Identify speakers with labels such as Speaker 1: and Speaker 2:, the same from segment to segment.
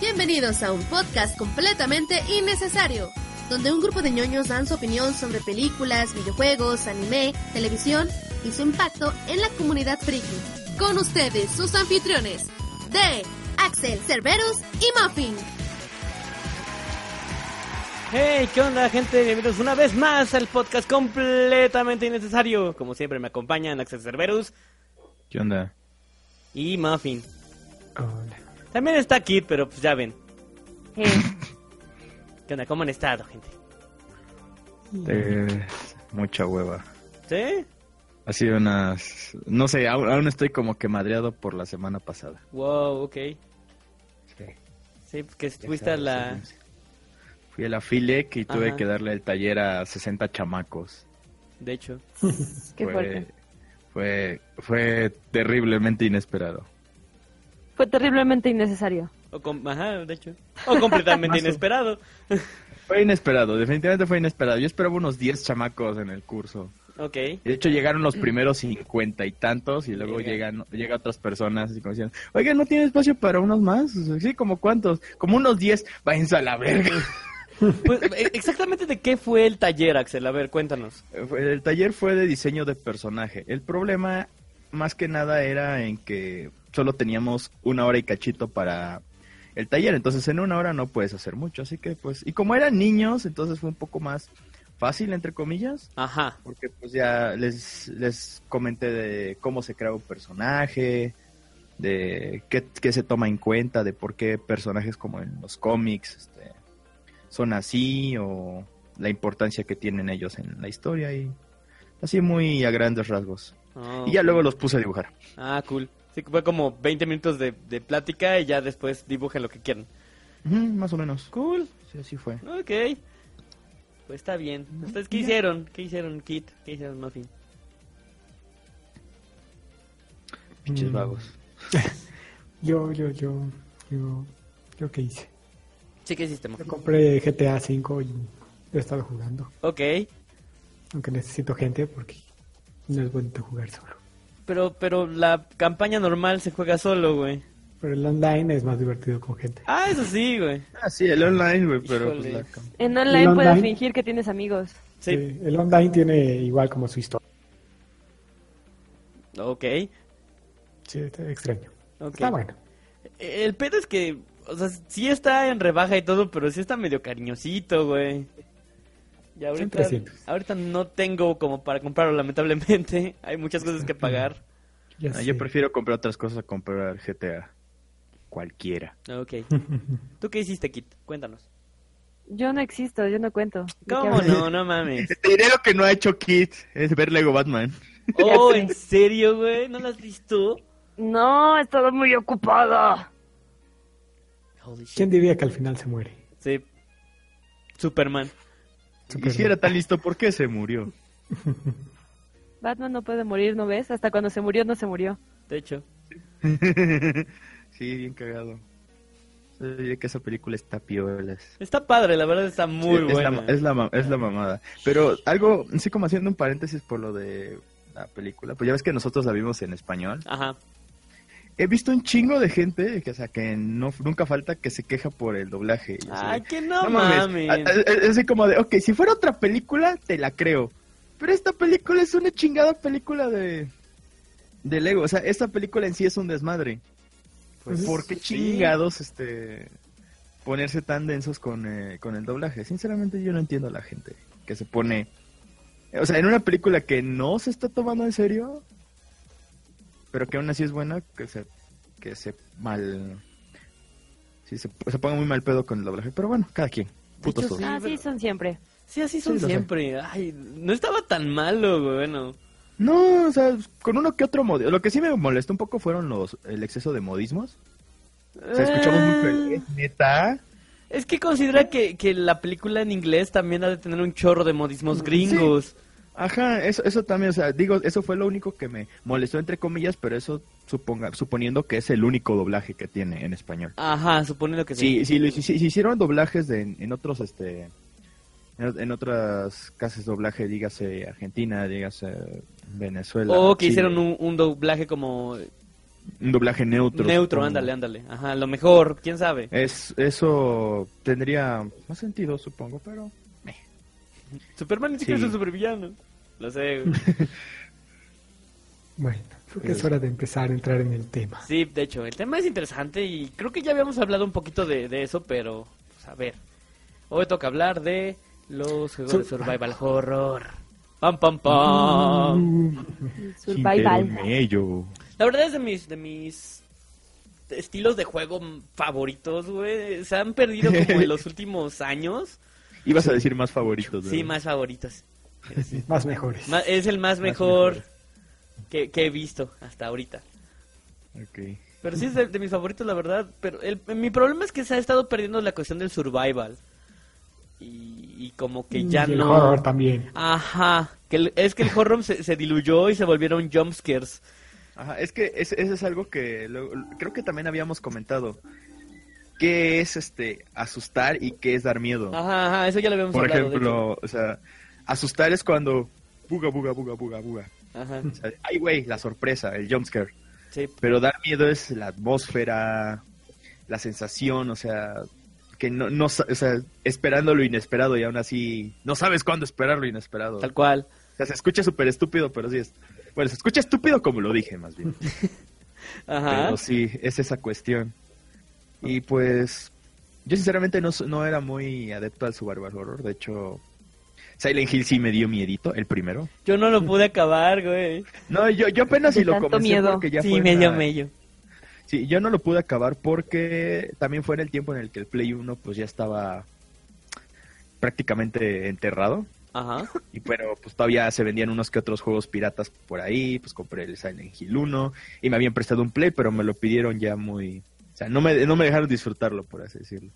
Speaker 1: Bienvenidos a un podcast completamente innecesario, donde un grupo de ñoños dan su opinión sobre películas, videojuegos, anime, televisión y su impacto en la comunidad friki. Con ustedes, sus anfitriones, de Axel, Cerberus y Muffin.
Speaker 2: Hey, ¿qué onda, gente? Bienvenidos una vez más al podcast completamente innecesario. Como siempre, me acompañan Axel Cerberus
Speaker 3: ¿Qué onda?
Speaker 2: y Muffin. También está Kid, pero pues ya ven. ¿Qué onda? ¿Cómo han estado, gente?
Speaker 3: Eh, mucha hueva.
Speaker 2: ¿Sí?
Speaker 3: Ha sido unas... No sé, aún, aún estoy como que madreado por la semana pasada.
Speaker 2: Wow, ok.
Speaker 3: Sí.
Speaker 2: Sí, pues que estuviste a la...
Speaker 3: Fui a la Filec y tuve
Speaker 2: Ajá.
Speaker 3: que darle el taller a 60 chamacos.
Speaker 2: De hecho.
Speaker 4: Qué
Speaker 3: fue,
Speaker 4: fuerte.
Speaker 3: Fue, fue terriblemente inesperado.
Speaker 4: Fue terriblemente innecesario.
Speaker 2: O com- Ajá, de hecho. O completamente inesperado.
Speaker 3: Fue inesperado, definitivamente fue inesperado. Yo esperaba unos 10 chamacos en el curso.
Speaker 2: Ok.
Speaker 3: Y De hecho, llegaron los primeros 50 y tantos y luego
Speaker 2: Verga.
Speaker 3: llegan llega otras personas y como dicen, oiga, ¿no tiene espacio para unos más? Sí, ¿como cuántos? Como unos 10. Váyanse a la verga.
Speaker 2: Pues, eh, ¿exactamente de qué fue el taller, Axel? A ver, cuéntanos.
Speaker 3: Eh, Fue- El taller fue de diseño de personaje. El problema, más que nada, era en que solo teníamos una hora y cachito para el taller. Entonces, en una hora no puedes hacer mucho. Así que, pues, y como eran niños, entonces fue un poco más fácil, entre comillas.
Speaker 2: Ajá.
Speaker 3: Porque, pues, ya les, les comenté de cómo se crea un personaje, de qué, qué se toma en cuenta, de por qué personajes como en los cómics este, son así o la importancia que tienen ellos en la historia y así muy a grandes rasgos.
Speaker 2: Oh,
Speaker 3: Y ya
Speaker 2: ok.
Speaker 3: luego los puse a dibujar.
Speaker 2: Ah, cool. Sí, fue como 20 minutos de, de plática y ya después dibujen lo que quieran.
Speaker 3: Ujú, más o menos.
Speaker 2: Cool. Mm.
Speaker 3: Sí, así fue.
Speaker 2: Ok. Pues está bien. ¿Ustedes qué hicieron? ¿Qué hicieron, Kit? ¿Qué hicieron, Muffin?
Speaker 3: Pinches
Speaker 5: Mm.
Speaker 3: vagos.
Speaker 5: Yo, yo, yo, yo, yo qué hice.
Speaker 2: Sí, ¿qué hiciste,
Speaker 5: Yo
Speaker 2: Muffin?
Speaker 5: compré GTA V y lo he estado jugando,
Speaker 2: Ok.
Speaker 5: aunque necesito gente porque no es bonito jugar solo.
Speaker 2: Pero, pero la campaña normal se juega solo, güey.
Speaker 5: Pero el online es más divertido con gente.
Speaker 2: Ah, eso sí, güey.
Speaker 3: Ah, sí, el online, güey, pero pues,
Speaker 2: Híjole.
Speaker 3: la cam-
Speaker 4: En online,
Speaker 5: ¿El
Speaker 4: puedes
Speaker 5: online?
Speaker 4: fingir que tienes amigos.
Speaker 2: Sí.
Speaker 5: Eh, El online tiene igual como su historia.
Speaker 2: Ok.
Speaker 5: Sí, está extraño.
Speaker 2: Ok.
Speaker 5: Está bueno.
Speaker 2: El pedo es que, o sea, sí está en rebaja y todo, pero sí está medio cariñosito, güey. Y ahorita,
Speaker 5: 300.
Speaker 2: ahorita no tengo como para comprarlo, lamentablemente. Hay muchas cosas que pagar.
Speaker 5: Ya
Speaker 3: Ah,
Speaker 5: sé.
Speaker 3: yo prefiero comprar otras cosas a comprar GTA. Cualquiera.
Speaker 2: Ok. ¿Tú qué hiciste, Kit? Cuéntanos.
Speaker 4: Yo no existo, yo no cuento. ¿De qué
Speaker 2: ¿Cómo
Speaker 4: hablas?
Speaker 2: no? No mames.
Speaker 3: Este dinero que no ha hecho Kit es ver Lego Batman.
Speaker 2: Oh, ¿en serio, güey? ¿No la has visto?
Speaker 4: No, he estado muy ocupada.
Speaker 2: Holy
Speaker 5: ¿Quién
Speaker 2: shit.
Speaker 5: diría que al final se muere?
Speaker 2: Sí. Superman.
Speaker 3: Y si era tan listo, ¿por qué se murió?
Speaker 4: Batman no puede morir, ¿no ves? Hasta cuando se murió, no se murió.
Speaker 2: De hecho.
Speaker 3: sí, bien cagado. Sí, diría que esa película está piolas.
Speaker 2: Está padre, la verdad está muy
Speaker 3: Sí, es la
Speaker 2: buena.
Speaker 3: ma- es, la, ma- es la mamada. Pero algo, sí, como haciendo un paréntesis por lo de la película, pues ya ves que nosotros la vimos en español.
Speaker 2: Ajá.
Speaker 3: He visto un chingo de gente, que, o sea, que no, nunca falta que se queja por el doblaje. Y yo así de,
Speaker 2: Ay, que no,
Speaker 3: mames. Ah,
Speaker 2: mames.
Speaker 3: A- a- a- Así como de, ok, si fuera otra película, te la creo. Pero esta película es una chingada película de, de Lego. O sea, esta película en sí es un desmadre.
Speaker 5: Pues
Speaker 3: ¿Por qué
Speaker 2: sí.
Speaker 3: chingados este, ponerse tan densos con, eh, con el doblaje? Sinceramente, yo no entiendo a la gente que se pone. O sea, en una película que no se está tomando en serio, pero que aún así es buena, que se, que se mal. Sí, se, se ponga muy mal pedo con el doblaje. Pero bueno, cada quien. Putos
Speaker 2: hecho,
Speaker 3: todos.
Speaker 4: ah, sí,
Speaker 2: pero-
Speaker 4: son siempre.
Speaker 2: Sí, así son
Speaker 3: Sí, lo sé.
Speaker 2: siempre. Ay, no estaba tan malo, güey. Bueno.
Speaker 3: No, o sea, con uno que otro modismo. Lo que sí me molestó un poco fueron los el exceso de modismos. O sea, escuchamos muy
Speaker 2: Eh,
Speaker 3: feo. ¿Es neta?
Speaker 2: Es que considera que, que la película en inglés también ha de tener un chorro de modismos
Speaker 3: Sí.
Speaker 2: gringos.
Speaker 3: Ajá, eso, eso también, o sea, digo, eso fue lo único que me molestó, entre comillas, pero eso suponga, suponiendo que es el único doblaje que tiene en español.
Speaker 2: Ajá, supone lo que
Speaker 3: Sí,
Speaker 2: sí.
Speaker 3: sí, lo hici- sí, sí hicieron doblajes de- en, en otros, este, en, en otras casas de doblaje, dígase Argentina, dígase Venezuela.
Speaker 2: O que
Speaker 3: Chile.
Speaker 2: hicieron un, un doblaje como
Speaker 3: Un doblaje neutro.
Speaker 2: Neutro,
Speaker 3: supongo.
Speaker 2: ándale, ándale. Ajá, lo mejor, quién sabe.
Speaker 3: Es, eso tendría más sentido, supongo, pero...
Speaker 2: Superman ni siquiera
Speaker 3: sí.
Speaker 2: es un supervillano. Lo sé, güey.
Speaker 5: Bueno, creo
Speaker 2: Pues-
Speaker 5: que es hora de empezar a entrar en el tema.
Speaker 2: Sí, de hecho, el tema es interesante y creo que ya habíamos hablado un poquito de, de eso, pero pues, a ver. Hoy toca hablar de los juegos de survival horror. Pam pam pam.
Speaker 5: Mm,
Speaker 3: Quintero
Speaker 4: Survival.
Speaker 3: Mello.
Speaker 2: La verdad es de mis de mis estilos de juego favoritos, güey. Se han perdido como en los últimos años.
Speaker 3: Ibas a decir más favoritos.
Speaker 2: Sí,
Speaker 3: ¿verdad?
Speaker 2: más favoritos.
Speaker 5: Más mejores.
Speaker 2: Ma- es el más mejor que, que he visto hasta ahorita.
Speaker 3: Ok.
Speaker 2: Pero sí es de, de mis favoritos, la verdad. Pero el- mi problema es que se ha estado perdiendo la cuestión del survival. Y, y como que ya
Speaker 5: y el
Speaker 2: no...
Speaker 5: horror también.
Speaker 2: Ajá. Que el- es que el horror se, se diluyó y se volvieron jumpscares.
Speaker 3: Ajá, es que es- eso es algo que lo- creo que también habíamos comentado. ¿Qué es este asustar y qué es dar miedo?
Speaker 2: Ajá, ajá. Eso ya lo habíamos
Speaker 3: Por
Speaker 2: Ah, hablado. de
Speaker 3: ejemplo, o sea, asustar es cuando buga, buga, buga, buga, buga.
Speaker 2: hecho. Ajá.
Speaker 3: O sea, ay, güey, la sorpresa, el jumpscare.
Speaker 2: Sí.
Speaker 3: Pero dar miedo es la atmósfera, la sensación, o sea, que no, no, sa- o sea, esperando lo inesperado y aún así no sabes cuándo esperar lo inesperado.
Speaker 2: Tal cual.
Speaker 3: O sea, se escucha súper estúpido, pero sí es. Bueno, se escucha estúpido como lo dije, más bien.
Speaker 2: Ajá.
Speaker 3: Pero sí, es esa cuestión. Y pues, yo sinceramente no, so- no era muy adepto al survival horror. De hecho, Silent Hill sí me dio miedito, el primero.
Speaker 2: Yo no lo pude acabar, güey.
Speaker 3: No, yo, yo apenas
Speaker 4: De
Speaker 3: sí lo
Speaker 4: tanto
Speaker 3: comencé
Speaker 4: miedo.
Speaker 3: porque ya
Speaker 2: Sí,
Speaker 3: fue
Speaker 2: medio,
Speaker 3: una-
Speaker 2: medio.
Speaker 3: Sí, yo no lo pude acabar porque también fue en el tiempo en el que el Play 1 pues ya estaba prácticamente enterrado.
Speaker 2: Ajá.
Speaker 3: Y bueno, pues todavía se vendían unos que otros juegos piratas por ahí, pues compré el Silent Hill 1 y me habían prestado un Play, pero me lo pidieron ya muy... O sea, no me, no me dejaron disfrutarlo, por así decirlo.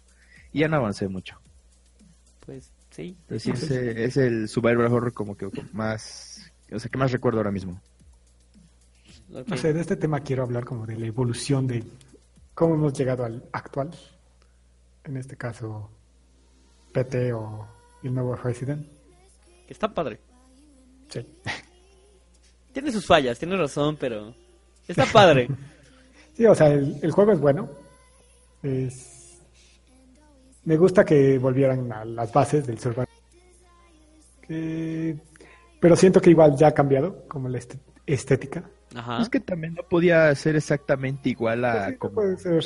Speaker 3: Y ya no avancé mucho.
Speaker 2: Pues sí.
Speaker 3: Entonces, sí, ese es el survival horror como que más... O sea, que más recuerdo ahora mismo.
Speaker 2: ok.
Speaker 5: No sé, de este tema quiero hablar como de la evolución de cómo hemos llegado al actual. En este caso, PT o el nuevo Resident.
Speaker 2: Está padre.
Speaker 5: Sí.
Speaker 2: Tiene sus fallas, tiene razón, pero... Está padre.
Speaker 5: Sí, o sea, el, el juego es bueno. Es... Me gusta que volvieran a las bases del survival. Que- Pero siento que igual ya ha cambiado, como la est- estética.
Speaker 2: Ajá.
Speaker 3: Es que también no podía ser exactamente igual a...
Speaker 5: Pues Sí,
Speaker 3: Ah, como-
Speaker 5: puede ser.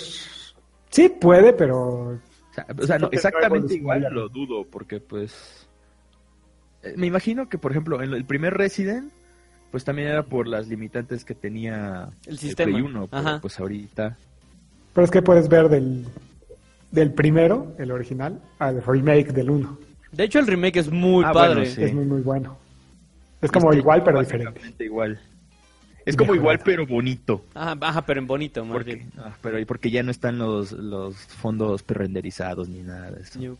Speaker 5: Sí, puede, pero
Speaker 3: O sea, o sea, no,
Speaker 5: Creo que no
Speaker 3: exactamente
Speaker 5: evolucionaría.
Speaker 3: igual lo dudo, porque pues... eh, Me imagino que, por ejemplo, en el primer Resident, pues también era por las limitantes que tenía
Speaker 2: El sistema.
Speaker 3: Play 1, pero,
Speaker 2: Ajá.
Speaker 3: pues ahorita...
Speaker 5: Pero es que puedes ver del, del primero, el original, al remake del uno.
Speaker 2: De hecho, el remake es muy
Speaker 3: Ah,
Speaker 2: padre.
Speaker 3: bueno, sí.
Speaker 5: Es muy, muy bueno. Es como
Speaker 3: este,
Speaker 5: igual, pero
Speaker 3: básicamente
Speaker 5: diferente.
Speaker 3: igual. Es como
Speaker 5: Mejorado.
Speaker 3: igual, pero bonito.
Speaker 2: Ajá, ajá, pero en bonito, más
Speaker 3: Porque,
Speaker 2: bien.
Speaker 3: ah, pero y porque ya no están los, los fondos renderizados ni nada de eso.
Speaker 2: Yo-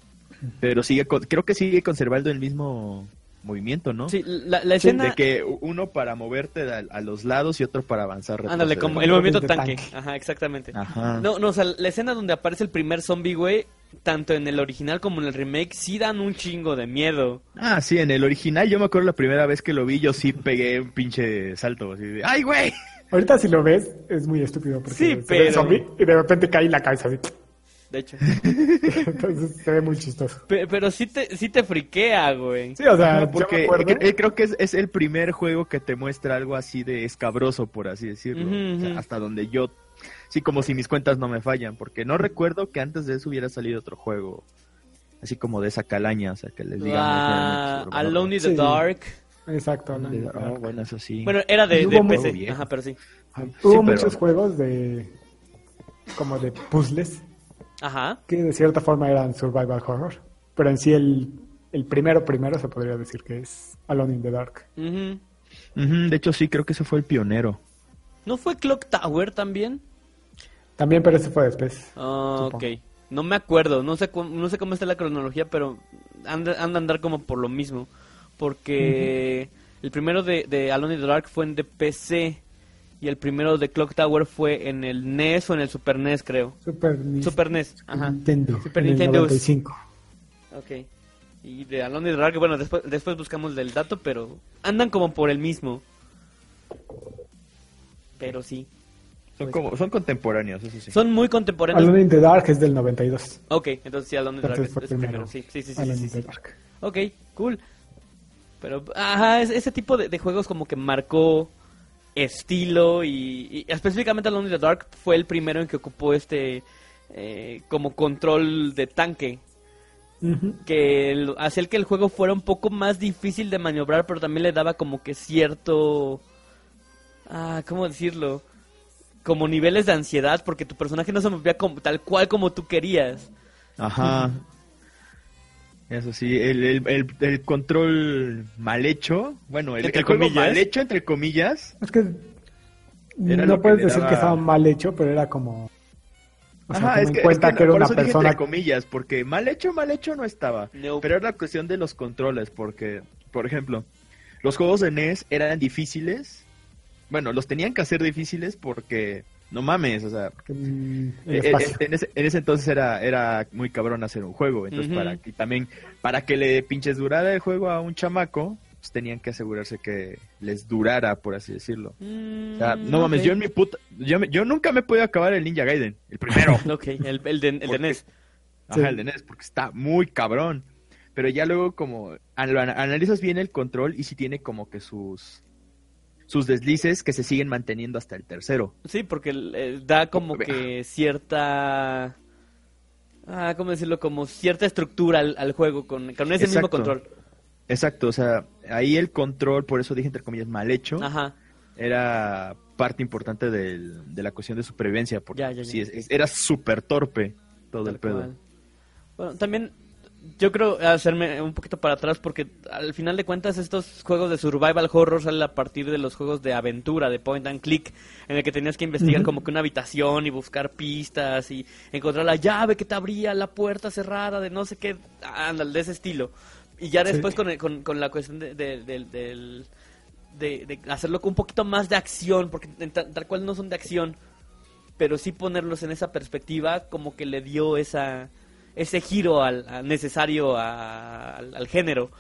Speaker 3: Pero sigue, con- creo que sigue conservando el mismo movimiento, ¿no?
Speaker 2: Sí, la, la
Speaker 3: Sí,
Speaker 2: escena...
Speaker 3: de que uno para moverte a, a los lados y otro para avanzar.
Speaker 2: Ándale,
Speaker 3: retroceder.
Speaker 2: como el
Speaker 5: Como
Speaker 2: movimiento
Speaker 5: de
Speaker 2: tanque.
Speaker 5: tanque.
Speaker 2: Ajá, exactamente.
Speaker 3: Ajá.
Speaker 2: No, no, o sea, la escena donde aparece el primer zombie, güey, tanto en el original como en el remake, sí dan un chingo de miedo.
Speaker 3: Ah, sí, en el original yo me acuerdo la primera vez que lo vi, yo sí pegué un pinche salto. Así de, ¡Ay, güey!
Speaker 5: Ahorita si lo ves, es muy estúpido. Porque
Speaker 2: Sí,
Speaker 5: se ve
Speaker 2: pero-
Speaker 5: zombie y de repente cae la cabeza así.
Speaker 2: De hecho.
Speaker 5: Entonces se ve muy chistoso.
Speaker 2: Pe- pero sí te, sí te friquea, güey.
Speaker 5: Sí, o sea,
Speaker 3: No,
Speaker 5: Ah, yo me
Speaker 3: porque
Speaker 5: acuerdo.
Speaker 3: cre- eh, creo que es, es el primer juego que te muestra algo así de escabroso, por así decirlo.
Speaker 2: Ujú,
Speaker 3: O sea,
Speaker 2: ujú.
Speaker 3: hasta donde yo... Sí, como si mis cuentas no me fallan, porque no recuerdo que antes de eso hubiera salido otro juego. Así como de esa calaña, o sea, que les digamos...
Speaker 2: Ah,
Speaker 3: realmente, bueno,
Speaker 2: Alone in the
Speaker 5: Sí.
Speaker 2: Dark.
Speaker 5: Exacto. no, no.
Speaker 3: Ah, bueno, eso sí.
Speaker 2: Bueno, eh era de, de
Speaker 3: Y hubo muy-
Speaker 2: PC. Ajá, pero sí.
Speaker 3: Ah, sí, pero-
Speaker 5: Hubo muchos juegos de como de puzzles
Speaker 2: Ajá.
Speaker 5: que de cierta forma eran survival horror. Pero en sí el, el primero primero se podría decir que es Alone in the Dark.
Speaker 2: Ujú.
Speaker 3: Ujú, de hecho, sí, creo que ese fue el pionero.
Speaker 2: ¿No fue Clock Tower también?
Speaker 5: También, pero ese fue después.
Speaker 2: Ah, ok.
Speaker 5: Supongo.
Speaker 2: No me acuerdo, no sé, cu- no sé cómo está la cronología, pero anda, anda a andar como por lo mismo. Porque el primero de, de Alone in the Dark fue en de PC y el primero de Clock Tower fue en el NES o en el Super NES, creo.
Speaker 5: Super, Nis-
Speaker 2: Super NES, ajá.
Speaker 5: Nintendo.
Speaker 2: Super
Speaker 5: en el
Speaker 2: Nintendo.
Speaker 5: 95.
Speaker 2: Ok. Y de Alone in the Dark, bueno, después, después buscamos del dato, pero andan como por el mismo. Pero sí.
Speaker 3: Son, como, son contemporáneos, eso sí.
Speaker 2: Son muy contemporáneos.
Speaker 5: Alone in the Dark es del 92.
Speaker 2: Ok, entonces sí, Alone in the Dark
Speaker 5: Entonces
Speaker 2: es,
Speaker 5: fue
Speaker 2: es
Speaker 5: primero.
Speaker 2: primero. Sí, sí, sí, sí,
Speaker 5: Alone
Speaker 2: sí,
Speaker 5: in
Speaker 2: sí.
Speaker 5: the Dark.
Speaker 2: Ok, cool. Pero, ajá, es- ese tipo de, de juegos como que marcó estilo y, y específicamente Alone in the Dark fue el primero en que ocupó este eh, como control de tanque
Speaker 5: Ujú.
Speaker 2: que lo- hacía el que el juego fuera un poco más difícil de maniobrar, pero también le daba como que cierto... Ah, ¿cómo decirlo? Como niveles de ansiedad, porque tu personaje no se movía como, tal cual como tú querías.
Speaker 3: Ajá. Eso sí, el, el, el, el control mal hecho, bueno, el,
Speaker 2: Entre
Speaker 3: el juego
Speaker 2: comillas.
Speaker 3: mal hecho, entre comillas.
Speaker 5: Es que
Speaker 3: Era lo
Speaker 5: no
Speaker 3: que
Speaker 5: puedes
Speaker 3: le
Speaker 5: decir
Speaker 3: daba-
Speaker 5: que estaba mal hecho, pero era como. O sea,
Speaker 3: Ajá,
Speaker 5: toma
Speaker 3: es
Speaker 5: en
Speaker 3: que,
Speaker 5: cuenta
Speaker 3: es que
Speaker 5: que era
Speaker 3: por
Speaker 5: una
Speaker 3: eso dije
Speaker 5: persona.
Speaker 3: entre comillas, porque mal hecho, mal hecho no estaba.
Speaker 2: No.
Speaker 3: Pero era la cuestión de los controles, porque, por ejemplo, los juegos de NES eran difíciles. Bueno, los tenían que hacer difíciles porque, no mames, o sea,
Speaker 5: que, mm, el
Speaker 3: Eh, eh,
Speaker 5: espacio.
Speaker 3: en, ese, en ese entonces era, era muy cabrón hacer un juego. Entonces,
Speaker 2: Ujú.
Speaker 3: para, y también para que le pinches durara el juego a un chamaco, pues tenían que asegurarse que les durara, por así decirlo.
Speaker 2: Mm,
Speaker 3: O sea, ah, no mames, yo en mi puta. Yo, me- yo nunca me he podido acabar el Ninja Gaiden, el primero.
Speaker 2: Ok, el, el de, E el de
Speaker 3: Porque-
Speaker 2: NES.
Speaker 3: Ajá,
Speaker 5: Sí.
Speaker 3: el de NES, porque está muy cabrón. Pero ya luego, como an- an- analizas bien el control y si tiene como que sus. Sus deslices que se siguen manteniendo hasta el tercero.
Speaker 2: Sí, porque eh, da como
Speaker 3: Vea.
Speaker 2: que cierta... Ah, ¿cómo decirlo? Como cierta estructura al, al juego con, con ese mismo
Speaker 3: Exacto.
Speaker 2: control.
Speaker 3: Exacto, o sea, ahí el control, por eso dije entre comillas mal hecho.
Speaker 2: Ajá.
Speaker 3: era parte importante del- de la cuestión de supervivencia, porque
Speaker 2: Ya, ya, ya.
Speaker 3: sí, es- es- era súper torpe todo
Speaker 2: Tal
Speaker 3: el pedo.
Speaker 2: cual. Bueno, también yo creo hacerme un poquito para atrás porque al final de cuentas estos juegos de survival horror salen a partir de los juegos de aventura, de point and click, en el que tenías que investigar como que una habitación y buscar pistas y encontrar la llave que te abría, la puerta cerrada, de no sé qué, ándale, de ese estilo. Y ya
Speaker 5: Sí.
Speaker 2: después con, el- con, con la cuestión de- de- del- del- de, de hacerlo con un poquito más de acción, porque en ta- tal cual no son de acción, pero sí ponerlos en esa perspectiva como que le dio esa ese giro al, a- necesario a- al, al género.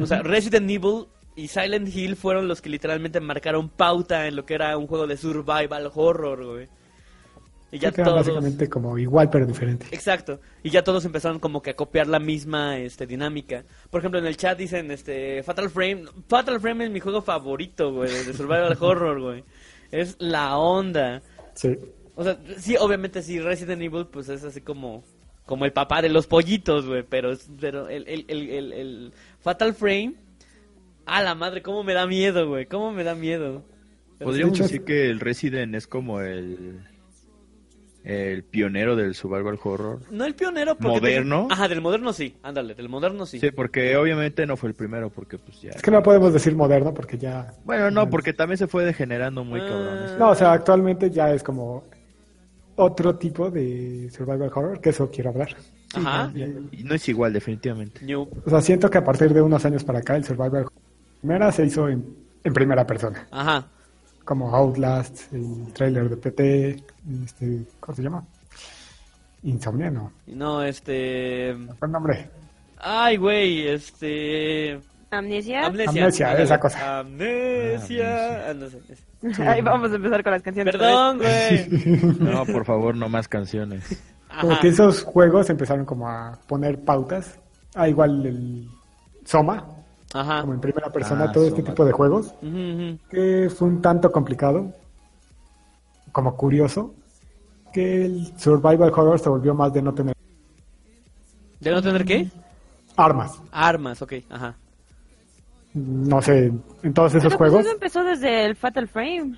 Speaker 2: O sea, Resident Evil y Silent Hill fueron los que literalmente marcaron pauta en lo que era un juego de survival horror, güey. Y ya
Speaker 5: Creo que era
Speaker 2: todos... Eh,
Speaker 5: básicamente como igual, pero diferente.
Speaker 2: Exacto. Y ya todos empezaron como que a copiar la misma este, dinámica. Por ejemplo, en el chat dicen este Fatal Frame. Fatal Frame es mi juego favorito, güey, de Survival Horror, güey. Es la onda.
Speaker 5: Sí.
Speaker 2: O sea, sí, obviamente sí, Resident Evil, pues es así como, como el papá de los pollitos, güey. Pero, es- pero el, el, el, el, el Fatal Frame, a la madre, cómo me da miedo, güey. Cómo me da miedo. Pero sí,
Speaker 3: Podríamos
Speaker 5: de hecho-
Speaker 3: decir que el Resident es como el, el pionero del survival horror.
Speaker 2: no el pionero, porque
Speaker 3: ¿Moderno?
Speaker 2: Ajá, del moderno sí. Ándale, del moderno sí.
Speaker 3: Sí, porque obviamente no fue el primero, porque pues ya...
Speaker 5: Es que no podemos decir moderno porque ya.
Speaker 3: Bueno, no, porque también se fue degenerando muy
Speaker 2: Ah.
Speaker 3: cabrón. ese.
Speaker 5: No, o sea, actualmente ya es como otro tipo de survival horror, que eso quiero hablar. Eh,
Speaker 2: Ajá.
Speaker 3: Y no es igual, definitivamente.
Speaker 2: New.
Speaker 5: O sea, siento que a partir de unos años para acá el survival horror primera se hizo en, en primera persona,
Speaker 2: Ajá.
Speaker 5: como Outlast, el trailer de PT, este, ¿cómo se llama? Insomnia, no,
Speaker 2: No, este.
Speaker 5: fue el nombre.
Speaker 2: Ay, güey, este.
Speaker 4: ¿Amnesia?
Speaker 2: Amnesia.
Speaker 5: Amnesia,
Speaker 2: Ándale.
Speaker 5: esa cosa.
Speaker 2: Amnesia. Ah, no sé.
Speaker 4: Ahí vamos a empezar con las canciones.
Speaker 2: Perdón, güey.
Speaker 3: No, por favor, no más canciones.
Speaker 5: Como
Speaker 2: Ajá.
Speaker 5: que esos juegos empezaron como a poner pautas, ah, igual el Soma,
Speaker 2: Ajá.
Speaker 5: como en primera persona,
Speaker 3: Ah,
Speaker 5: todo este
Speaker 3: Soma.
Speaker 5: tipo de juegos,
Speaker 2: Ujú, ujú.
Speaker 5: que fue un tanto complicado, como curioso, que el survival horror se volvió más de no tener
Speaker 2: ¿De no tener qué?
Speaker 5: armas.
Speaker 2: Armas, ok, ajá.
Speaker 5: No sé, en todos
Speaker 4: Pero pues
Speaker 5: esos juegos.
Speaker 4: eso empezó desde el Fatal Frame.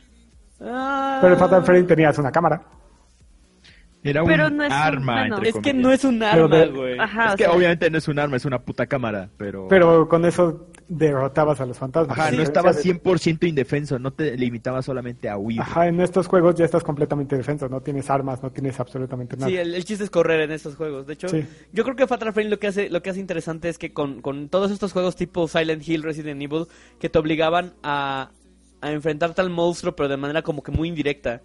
Speaker 5: Pero en
Speaker 4: Ah.
Speaker 2: Ah,
Speaker 5: Fatal Frame tenías una cámara.
Speaker 3: Era un
Speaker 4: Pero no es un-
Speaker 3: arma,
Speaker 4: bueno.
Speaker 3: entre
Speaker 2: Es que
Speaker 3: comillas.
Speaker 2: no es un
Speaker 5: Pero
Speaker 2: arma,
Speaker 5: de-
Speaker 2: güey.
Speaker 4: Ajá,
Speaker 3: Es
Speaker 4: o
Speaker 3: que
Speaker 4: sea,
Speaker 3: obviamente no es un arma, es una puta cámara, pero...
Speaker 5: Pero con eso derrotabas a los fantasmas.
Speaker 3: Ajá,
Speaker 5: Sí.
Speaker 3: no estabas 100% indefenso, no te limitabas solamente a huir.
Speaker 5: Ajá, en estos juegos ya estás completamente defenso. No tienes armas, no tienes absolutamente nada.
Speaker 2: Sí, el, el chiste es correr en estos juegos. De hecho,
Speaker 5: Sí.
Speaker 2: yo creo que Fatal Frame lo que hace, lo que hace interesante es que con, con todos estos juegos tipo Silent Hill, Resident Evil, que te obligaban a, a enfrentarte al monstruo, pero de manera como que muy indirecta.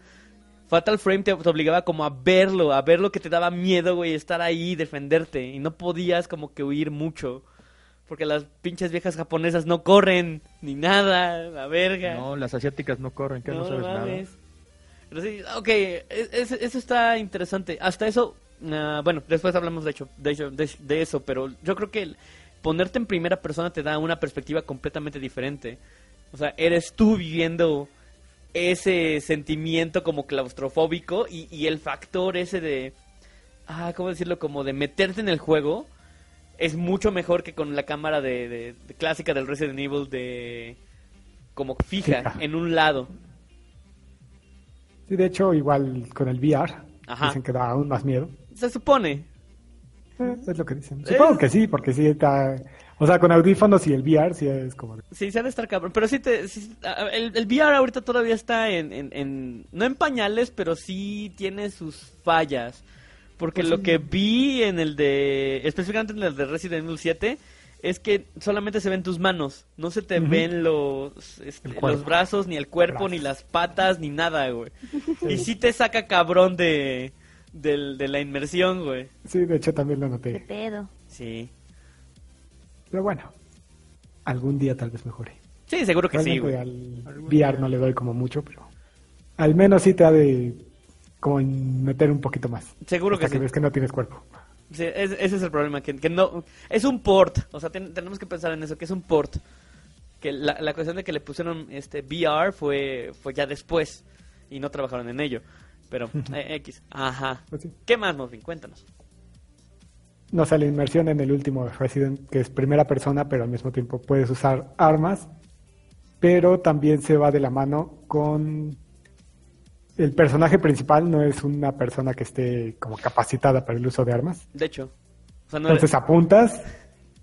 Speaker 2: Fatal Frame te, te obligaba como a verlo, a ver lo que te daba miedo, güey, estar ahí, defenderte. Y no podías como que huir mucho. Porque las pinches viejas japonesas no corren, ni nada, la verga.
Speaker 3: No, las asiáticas no corren, que no,
Speaker 2: No, no
Speaker 3: sabes nada.
Speaker 2: mames. Pero sí, ok, es- es- eso está interesante. Hasta eso, ah, bueno, después hablamos de, hecho, de, hecho, de, de eso, pero yo creo que el ponerte en primera persona te da una perspectiva completamente diferente. O sea, eres tú viviendo ese sentimiento como claustrofóbico y, y el factor ese de, ah, ¿cómo decirlo? Como de meterte en el juego es mucho mejor que con la cámara de, de- de clásica del Resident Evil de como fija
Speaker 5: Fija.
Speaker 2: en un lado.
Speaker 5: Sí, de hecho, igual con el VR,
Speaker 2: Ajá.
Speaker 5: dicen que da aún más miedo.
Speaker 2: Se supone,
Speaker 5: Eh, es lo que dicen. Supongo que sí, porque sí está... O sea, con audífonos y el VR sí es como... de-
Speaker 2: Sí, se ha de estar cabrón. Pero sí, te, sí- a- el, el VR ahorita todavía está en, en- en- No en pañales, pero sí tiene sus fallas. Porque
Speaker 5: Pues
Speaker 2: lo que vi en el de. Específicamente en el de Resident Evil 7. Es que solamente se ven tus manos. No se te
Speaker 5: Ujú.
Speaker 2: ven los, este,
Speaker 5: El cuerpo.
Speaker 2: los brazos, ni el cuerpo, ni las patas, ni nada, güey. Y sí te saca cabrón de, del- de la inmersión, güey.
Speaker 5: Sí, de hecho también lo noté.
Speaker 4: ¿Qué pedo?
Speaker 2: Sí.
Speaker 5: Pero bueno, algún día tal vez mejore.
Speaker 2: Sí, seguro que sí,
Speaker 5: Realmente
Speaker 2: güey.
Speaker 5: al VR no le doy como mucho, pero al menos sí te ha de como meter un poquito más.
Speaker 2: Seguro
Speaker 5: Hasta
Speaker 2: que sí.
Speaker 5: ves que no tienes cuerpo.
Speaker 2: Sí, es- ese es el problema, que, que no... Es un port, o sea, ten- tenemos que pensar en eso, que es un port. Que la, la cuestión de que le pusieron este VR fue, fue ya después y no trabajaron en ello. Pero, eh, X, ajá.
Speaker 5: Pues sí.
Speaker 2: ¿Qué más, Mofin? Cuéntanos.
Speaker 5: No o sea, la inmersión en el último Resident, que es primera persona, pero al mismo tiempo puedes usar armas, pero también se va de la mano con... El personaje principal no es una persona que esté como capacitada para el uso de armas.
Speaker 2: De hecho, o sea, no,
Speaker 5: Entonces
Speaker 2: eres,
Speaker 5: apuntas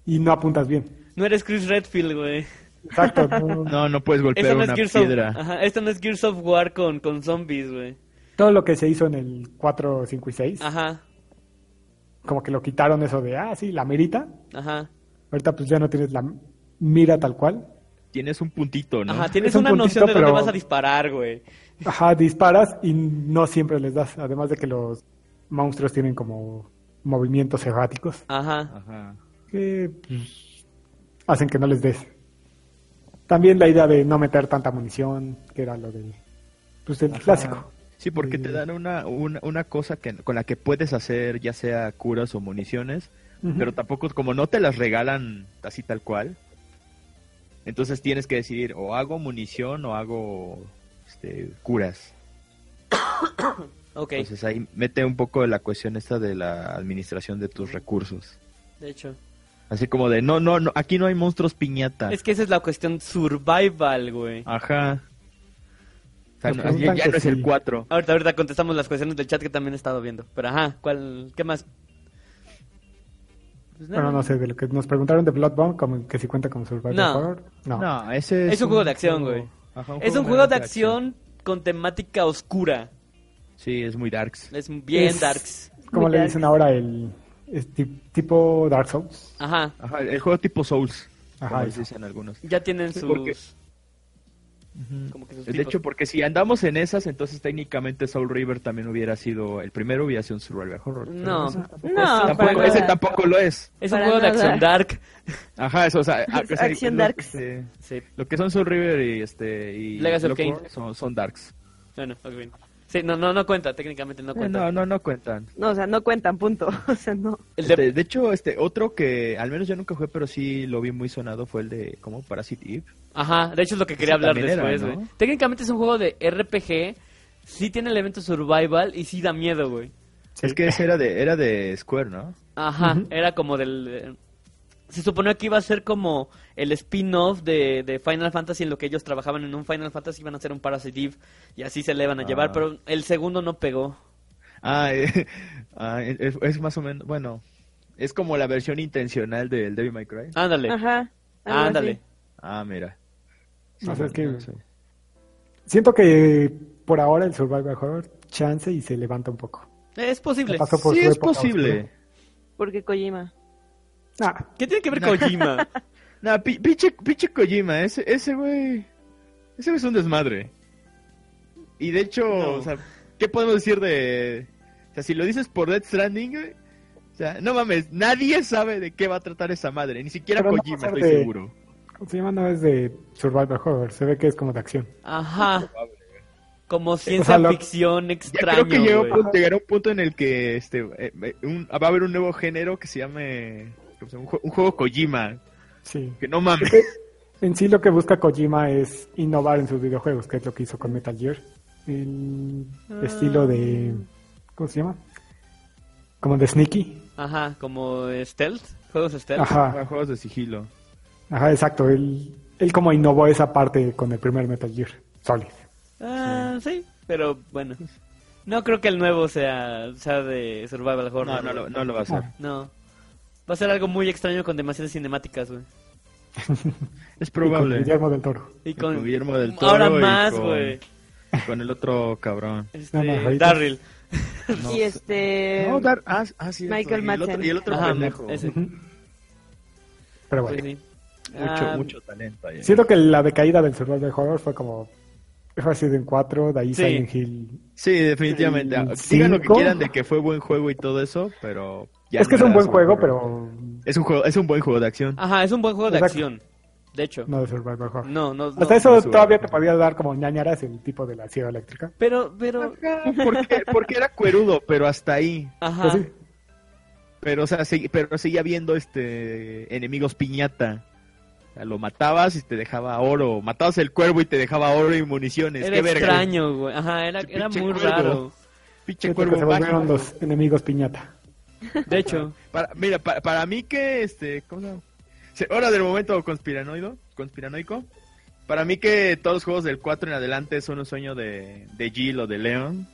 Speaker 5: y no apuntas bien.
Speaker 2: no eres Chris Redfield, güey.
Speaker 5: Exacto. no-
Speaker 3: No, no puedes golpear
Speaker 2: Esto no, es
Speaker 3: una
Speaker 2: Gears of,
Speaker 3: piedra.
Speaker 2: ajá, esto no es Gears of War con, con zombies, güey.
Speaker 5: todo lo que se hizo en el 4, 5 y 6,
Speaker 2: Ajá,
Speaker 5: como que lo quitaron eso de, ah, sí, la mirita.
Speaker 2: ajá.
Speaker 5: Ahorita pues ya no tienes la mira tal cual.
Speaker 3: Tienes un puntito, ¿no?
Speaker 2: Ajá, tienes
Speaker 5: un
Speaker 2: una
Speaker 5: puntito,
Speaker 2: noción de dónde
Speaker 5: pero-
Speaker 2: vas a disparar, güey.
Speaker 5: Ajá, disparas y no siempre les das. Además de que los monstruos tienen como movimientos erráticos
Speaker 2: Ajá.
Speaker 3: Ajá.
Speaker 5: que pues, hacen que no les des. También la idea de no meter tanta munición, que era lo del pues, el clásico.
Speaker 3: Sí, porque te dan una, una, una cosa que, con la que puedes hacer ya sea curas o municiones,
Speaker 5: Ujú.
Speaker 3: pero tampoco, como no te las regalan así tal cual, entonces tienes que decidir o hago munición o hago este, curas.
Speaker 2: Ok,
Speaker 3: Entonces ahí mete un poco de la cuestión esta de la administración de tus recursos.
Speaker 2: de hecho.
Speaker 3: Así como de, no, no, no aquí no hay monstruos piñata.
Speaker 2: Es que esa es la cuestión survival, güey.
Speaker 3: Ajá. O sea,
Speaker 5: Nos
Speaker 3: no, ya,
Speaker 5: preguntan
Speaker 3: ya
Speaker 5: que
Speaker 3: no es el
Speaker 5: si-
Speaker 3: 4.
Speaker 2: Ahorita, ahorita contestamos las cuestiones del chat que también he estado viendo. Pero ajá, ¿cuál, ¿qué más? Pues nada.
Speaker 5: Bueno, no sé, de lo que nos preguntaron de Bloodborne, como que si cuenta como survival
Speaker 2: No.
Speaker 5: horror. No.
Speaker 3: No, ese es,
Speaker 2: Es un juego de acción,
Speaker 3: juego-
Speaker 2: güey.
Speaker 3: Ajá,
Speaker 2: Es un juego de acción con temática oscura.
Speaker 3: Sí, es muy darks.
Speaker 2: Es bien
Speaker 5: Es-
Speaker 2: darks.
Speaker 5: Como
Speaker 4: Muy
Speaker 5: le
Speaker 4: dark.
Speaker 5: dicen ahora el, es ti- tipo Dark Souls.
Speaker 2: Ajá,
Speaker 3: Ajá, el juego tipo Souls,
Speaker 5: Ajá,
Speaker 3: como les
Speaker 5: eso.
Speaker 3: dicen algunos.
Speaker 2: ya tienen sus...
Speaker 3: porque-
Speaker 2: Como que sus
Speaker 3: De
Speaker 2: tipos.
Speaker 3: hecho, porque si andamos en esas, entonces técnicamente Soul River también hubiera sido, el primero hubiera sido un survival horror. pero
Speaker 2: No,
Speaker 3: ese
Speaker 4: No,
Speaker 3: tampoco-
Speaker 4: para
Speaker 3: ese
Speaker 4: nada.
Speaker 3: tampoco lo es.
Speaker 2: es un
Speaker 4: Para
Speaker 2: juego de
Speaker 4: nada.
Speaker 2: acción dark.
Speaker 3: Ajá, eso, o sea,
Speaker 4: Es
Speaker 3: o sea,
Speaker 4: acción
Speaker 3: lo-
Speaker 4: darks.
Speaker 3: este,
Speaker 2: Sí,
Speaker 3: lo que son Soul River y este y
Speaker 2: Legacy of
Speaker 3: Clockwork
Speaker 2: Kain.
Speaker 3: son, son darks.
Speaker 2: bueno, ok, bien. Sí, no, no, no cuenta, técnicamente no
Speaker 3: Eh,
Speaker 2: cuenta.
Speaker 3: No, no, no cuentan.
Speaker 4: No, o sea, no cuentan, punto. O sea, no.
Speaker 2: El de-
Speaker 3: Este, de hecho, este otro que al menos yo nunca jugué, pero sí lo vi muy sonado fue el de como Parasite Eve.
Speaker 2: Ajá, de hecho es lo que quería
Speaker 3: Ese
Speaker 2: hablar
Speaker 3: también era,
Speaker 2: después,
Speaker 3: ¿no?
Speaker 2: güey. Técnicamente es un juego de RPG, sí tiene elementos survival y sí da miedo, güey.
Speaker 5: Sí.
Speaker 3: Es que ese era de era de Square, ¿no?
Speaker 2: Ajá,
Speaker 5: Ujú.
Speaker 2: era como del... eh, Se suponía que iba a ser como el spin-off de, de Final Fantasy en lo que ellos trabajaban en un Final Fantasy, iban a hacer un Parasite Eve y así se le iban a
Speaker 3: Ah.
Speaker 2: llevar, pero el segundo no pegó.
Speaker 3: Ah, eh, ah, es, es más o menos, bueno, es como la versión intencional del Devil May Cry.
Speaker 2: Ándale,
Speaker 4: Ajá. algo así.
Speaker 2: ándale.
Speaker 3: Ah, mira.
Speaker 5: O sea, es que-
Speaker 3: no sé.
Speaker 5: Siento que por ahora el survival horror chance y se levanta un poco.
Speaker 2: Es posible.
Speaker 5: Pasó por
Speaker 3: Sí,
Speaker 5: su
Speaker 3: es
Speaker 5: época
Speaker 3: posible.
Speaker 5: oscura.
Speaker 4: Porque Kojima.
Speaker 5: Ah,
Speaker 2: ¿Qué tiene que ver Kojima?
Speaker 3: Nah, pi- pinche, pinche Kojima, ese, ese güey. Ese güey es un desmadre. Y de hecho,
Speaker 2: No.
Speaker 3: o sea, ¿qué podemos decir de. O sea, si lo dices por Dead Stranding, güey, O sea, no mames, nadie sabe de qué va a tratar esa madre. Ni siquiera
Speaker 5: Pero no
Speaker 3: Kojima,
Speaker 5: va a ser
Speaker 3: estoy
Speaker 5: de-
Speaker 3: seguro.
Speaker 5: ¿cómo se llama? No es de survival horror, se ve que es como de acción.
Speaker 2: Ajá. Como ciencia
Speaker 5: sea, lo-
Speaker 2: ficción
Speaker 3: Ya
Speaker 2: extraño,
Speaker 3: creo que llegó
Speaker 2: güey.
Speaker 3: pu- llegará un punto en el que este eh, eh, un- va a haber un nuevo género que se llame o sea, un, jue- un juego Kojima.
Speaker 5: Sí.
Speaker 3: Que no mames.
Speaker 5: En sí lo que busca Kojima es innovar en sus videojuegos, que es lo que hizo con Metal Gear. El estilo de... ¿Cómo se llama? Como de Sneaky.
Speaker 2: Ajá, como stealth, juegos stealth.
Speaker 5: Ajá,
Speaker 3: Ah, Juegos de sigilo.
Speaker 5: ajá, exacto. Él, él como innovó esa parte con el primer Metal Gear Solid.
Speaker 2: Ah, sí, pero bueno. No creo que el nuevo sea, sea de survival horror.
Speaker 3: No, no,
Speaker 2: güey.
Speaker 3: lo- no lo va a hacer.
Speaker 5: Ah,
Speaker 2: No. Va a ser algo muy extraño con demasiadas cinemáticas, güey.
Speaker 3: Es
Speaker 5: y con
Speaker 3: probable.
Speaker 5: Guillermo del Toro.
Speaker 2: Y
Speaker 3: con
Speaker 2: con...
Speaker 3: Guillermo del Toro.
Speaker 2: Ahora
Speaker 3: y
Speaker 2: más,
Speaker 3: con-
Speaker 2: güey.
Speaker 3: Con el otro cabrón.
Speaker 2: Este,
Speaker 5: No, no, ahorita-
Speaker 2: Darryl.
Speaker 3: No
Speaker 4: y
Speaker 3: sé.
Speaker 4: este.
Speaker 3: No, Dar- ah, ah, sí,
Speaker 4: Michael
Speaker 3: y el otro,
Speaker 4: Madsen.
Speaker 3: y el otro
Speaker 2: Ajá,
Speaker 3: pendejo.
Speaker 2: ese.
Speaker 5: Ujú. Pero bueno.
Speaker 2: Pues sí.
Speaker 3: Mucho,
Speaker 2: Ah,
Speaker 3: mucho talento. ahí.
Speaker 5: Siento que la decaída del survival horror fue como Resident 4, de ahí
Speaker 2: Sí.
Speaker 5: Silent Hill.
Speaker 3: Sí, definitivamente.
Speaker 5: El
Speaker 3: Digan lo que
Speaker 5: cinco.
Speaker 3: quieran de que fue buen juego y todo eso, pero... ya
Speaker 5: es que
Speaker 3: no
Speaker 5: es un
Speaker 3: era
Speaker 5: buen
Speaker 3: su-
Speaker 5: juego, pero
Speaker 3: Es un, juego, es un buen juego de acción.
Speaker 4: Ah.
Speaker 2: Ajá, es un buen juego de
Speaker 5: Exacto.
Speaker 2: acción. De hecho.
Speaker 5: no de survival horror.
Speaker 2: No, no. no.
Speaker 5: Hasta eso
Speaker 3: no,
Speaker 5: todavía
Speaker 3: no.
Speaker 5: te podía dar como ñañaras el tipo de la sierra eléctrica.
Speaker 2: Pero, pero...
Speaker 3: Porque, porque era cuerudo, pero hasta ahí.
Speaker 2: Ajá.
Speaker 5: Pues sí,
Speaker 3: Pero, o sea, segui- pero seguía habiendo este, enemigos piñata. O sea, lo matabas y te dejaba oro. Matabas el cuervo y te dejaba oro y municiones.
Speaker 2: Era
Speaker 3: Qué verga.
Speaker 2: extraño, güey. Ajá, era,
Speaker 3: Ese
Speaker 2: era
Speaker 3: pinche
Speaker 2: muy
Speaker 3: cuervo.
Speaker 2: raro.
Speaker 3: Pinche
Speaker 5: siento
Speaker 3: cuervo
Speaker 5: que se volvieron
Speaker 3: mágico.
Speaker 5: los enemigos piñata.
Speaker 2: De hecho.
Speaker 3: Para, mira, para, para mí que este, ¿cómo se llama? Se- Hora del momento conspiranoido, conspiranoico. Para mí que todos los juegos del 4 en adelante son un sueño de, de Jill o de Leon.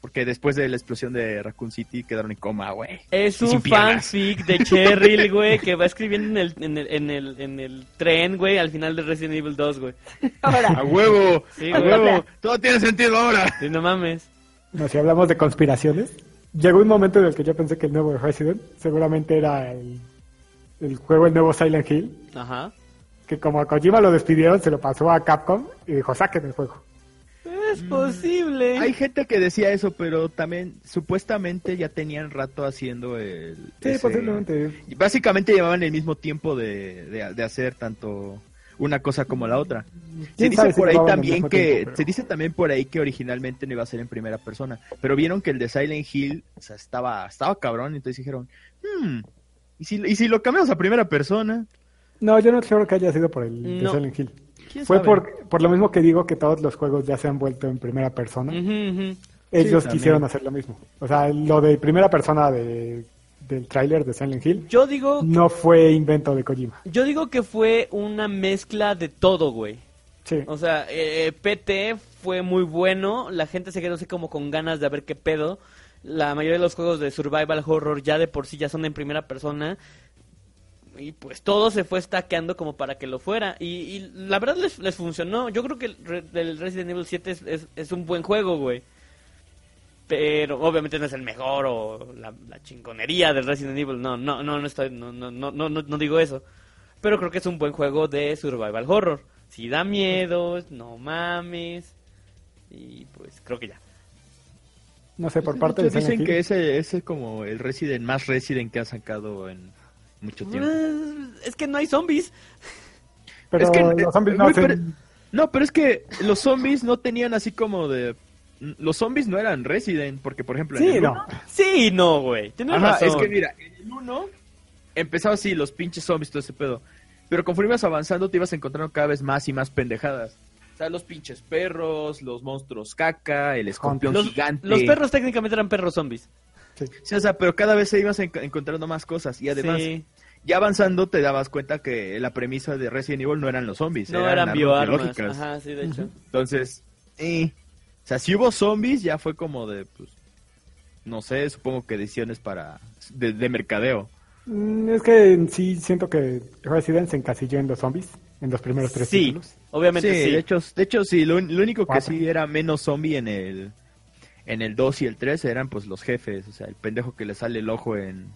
Speaker 3: Porque después de la explosión de Raccoon City quedaron en coma, güey.
Speaker 2: Es
Speaker 3: Y sin
Speaker 2: un
Speaker 3: piernas.
Speaker 2: fanfic de Cheryl, güey, que va escribiendo en el, en el, en el, en el tren, güey, al final de Resident Evil 2, güey.
Speaker 3: ¡A
Speaker 4: Ahora,
Speaker 3: huevo!
Speaker 2: Sí,
Speaker 3: ¡A
Speaker 2: güey.
Speaker 3: huevo! Todo tiene sentido ahora.
Speaker 2: Sí, no mames.
Speaker 5: No, si hablamos de conspiraciones, llegó un momento en el que yo pensé que el nuevo Resident seguramente era el, el juego, el nuevo Silent Hill,
Speaker 2: Ajá.
Speaker 5: que como a Kojima lo despidieron, se lo pasó a Capcom y dijo, saquen el juego.
Speaker 2: Es posible.
Speaker 3: Hay gente que decía eso, pero también supuestamente ya tenían rato haciendo el...
Speaker 5: Sí,
Speaker 3: ese-
Speaker 5: posiblemente.
Speaker 3: Y Básicamente llevaban el mismo tiempo de, de- de hacer tanto una cosa como la otra. Se
Speaker 5: ¿Quién
Speaker 3: dice
Speaker 5: sabe si
Speaker 3: por ahí
Speaker 5: llevaban el
Speaker 3: también
Speaker 5: mismo
Speaker 3: que
Speaker 5: tiempo, pero-
Speaker 3: se dice también por ahí que originalmente no iba a ser en primera persona, pero vieron que el de Silent Hill, o sea, estaba estaba cabrón, entonces dijeron, "Hmm, ¿y si, y si lo cambiamos a primera persona?"
Speaker 5: No, yo no creo que haya sido por el de
Speaker 2: No.
Speaker 5: Silent Hill.
Speaker 3: ¿Quién
Speaker 5: Fue
Speaker 3: sabe?
Speaker 5: por, por lo mismo que digo que todos los juegos ya se han vuelto en primera persona.
Speaker 2: Ujú, ujú.
Speaker 5: Ellos
Speaker 3: Sí,
Speaker 5: quisieron
Speaker 3: también.
Speaker 5: hacer lo mismo. O sea, lo de primera persona de, del tráiler de Silent Hill
Speaker 2: Yo digo,
Speaker 5: no fue invento de Kojima.
Speaker 2: yo digo que fue una mezcla de todo, güey.
Speaker 5: Sí.
Speaker 2: O sea, eh, PT fue muy bueno, la gente se quedó así como con ganas de ver qué pedo. La mayoría de los juegos de survival horror ya de por sí ya son en primera persona. Y pues todo se fue stackeando como para que lo fuera. Y, y la verdad les, les funcionó. Yo creo que el, re- el Resident Evil 7 es, es- es un buen juego, güey. Pero obviamente no es el mejor o la, la chingonería del Resident Evil. No, no, no, no estoy, no, no, no, no, no- no digo eso. Pero creo que es un buen juego de survival horror. Si da miedo, no mames. Y pues creo que ya.
Speaker 5: No sé, por
Speaker 3: Sí,
Speaker 5: parte de
Speaker 3: muchos dicen
Speaker 5: Silent Hill.
Speaker 3: que ese ese es como el Resident más Resident que ha sacado en mucho
Speaker 2: Ah.
Speaker 3: tiempo.
Speaker 2: Es que no hay zombies.
Speaker 5: Pero
Speaker 3: es que, eh,
Speaker 5: los zombies no
Speaker 3: güey,
Speaker 5: hacen-
Speaker 3: pero- No, pero es que los zombies no tenían así como de los zombies no eran Resident, porque por ejemplo en
Speaker 5: Sí,
Speaker 3: el
Speaker 5: no.
Speaker 3: uno-
Speaker 2: Sí, no, güey. Tienes
Speaker 3: Ajá,
Speaker 2: razón.
Speaker 3: es que mira, en el 1 empezaba así, los pinches zombies, todo ese pedo. Pero conforme ibas avanzando, te ibas encontrando cada vez más y más pendejadas. O sea, los pinches perros, los monstruos caca, el escorpión
Speaker 2: los,
Speaker 3: gigante.
Speaker 2: los perros técnicamente eran perros zombies.
Speaker 3: Sí, o sea, pero cada vez se ibas en- encontrando más cosas. Y además,
Speaker 2: Sí.
Speaker 3: ya avanzando, te dabas cuenta que la premisa de Resident Evil no eran los zombies,
Speaker 2: no
Speaker 3: eran,
Speaker 2: eran
Speaker 3: armas
Speaker 2: bioarmas.
Speaker 3: biológicas.
Speaker 2: Ajá, sí, de hecho.
Speaker 3: Entonces, eh, o sea, si hubo zombies, ya fue como de, pues, no sé, supongo que decisiones para, de- de mercadeo.
Speaker 5: Mm, es que en sí siento que Resident se encasilló en los zombies en los primeros tres
Speaker 2: Sí,
Speaker 5: títulos.
Speaker 2: obviamente sí.
Speaker 3: Sí, de hecho, de hecho sí, lo, lo único que
Speaker 5: Cuatro.
Speaker 3: sí era menos zombie en el en el 2 y el 3 eran pues los jefes, o sea, el pendejo que le sale el ojo en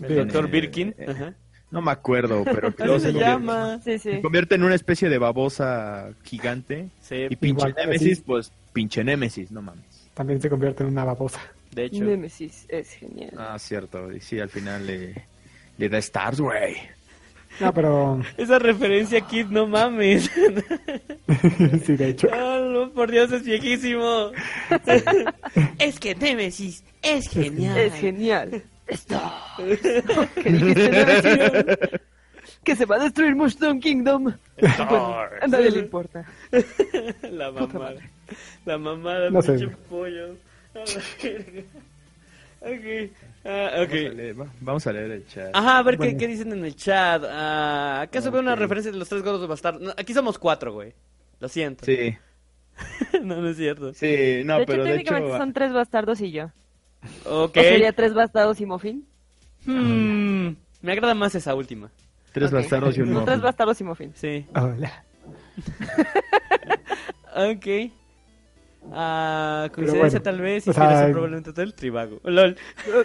Speaker 2: El
Speaker 5: Bien,
Speaker 2: doctor
Speaker 3: eh,
Speaker 2: Birkin.
Speaker 3: eh,
Speaker 2: ajá.
Speaker 3: no me acuerdo, pero que
Speaker 2: Así
Speaker 3: luego
Speaker 2: se
Speaker 3: convierte-
Speaker 2: llama.
Speaker 4: sí, sí.
Speaker 3: se convierte en una especie de babosa gigante
Speaker 2: Sí,
Speaker 3: y pinche
Speaker 5: Igual,
Speaker 3: Némesis,
Speaker 5: sí.
Speaker 3: pues pinche Némesis, no mames.
Speaker 5: También se convierte en una babosa.
Speaker 2: de hecho.
Speaker 4: Nemesis es genial.
Speaker 3: Ah, cierto, y sí, al final le, le da stars, güey.
Speaker 5: No, pero
Speaker 2: Esa referencia, Kid, no mames.
Speaker 5: sí, de hecho.
Speaker 2: A no, por Dios, es viejísimo. es que Nemesis es genial.
Speaker 4: Es genial. Esto. ¿Qué dijiste, Nemesis? que se va a destruir Mushroom Kingdom. Bueno, a nadie le importa.
Speaker 2: La mamada. La mamada,
Speaker 5: No sé.
Speaker 2: pinche pollo. A la verga. Ok. Ah,
Speaker 3: Vamos, a
Speaker 2: ok.
Speaker 3: leer, va- vamos a leer el chat.
Speaker 2: Ajá, a ver qué,
Speaker 5: Bueno.
Speaker 2: qué dicen en el chat. Ah, ¿Acaso veo una
Speaker 3: Ok.
Speaker 2: referencia de los tres gordos bastardos? No, aquí somos cuatro, güey. Lo siento.
Speaker 3: Sí,
Speaker 2: no, no es cierto.
Speaker 3: sí, no,
Speaker 4: de hecho,
Speaker 3: pero de hecho...
Speaker 4: técnicamente son tres bastardos y yo.
Speaker 2: Ok.
Speaker 4: ¿O sería tres bastardos y Mofín?
Speaker 2: Hmm, me agrada más esa última.
Speaker 3: Tres
Speaker 4: Ok.
Speaker 3: bastardos y un
Speaker 4: Son
Speaker 3: mojo.
Speaker 4: Tres bastardos y Mofín.
Speaker 2: Sí.
Speaker 5: Hola.
Speaker 2: Ok. Ah,
Speaker 5: Pero
Speaker 2: coincidencia
Speaker 5: bueno,
Speaker 2: tal vez,
Speaker 5: o sea,
Speaker 2: inspiración probablemente todo el tribago. LOL.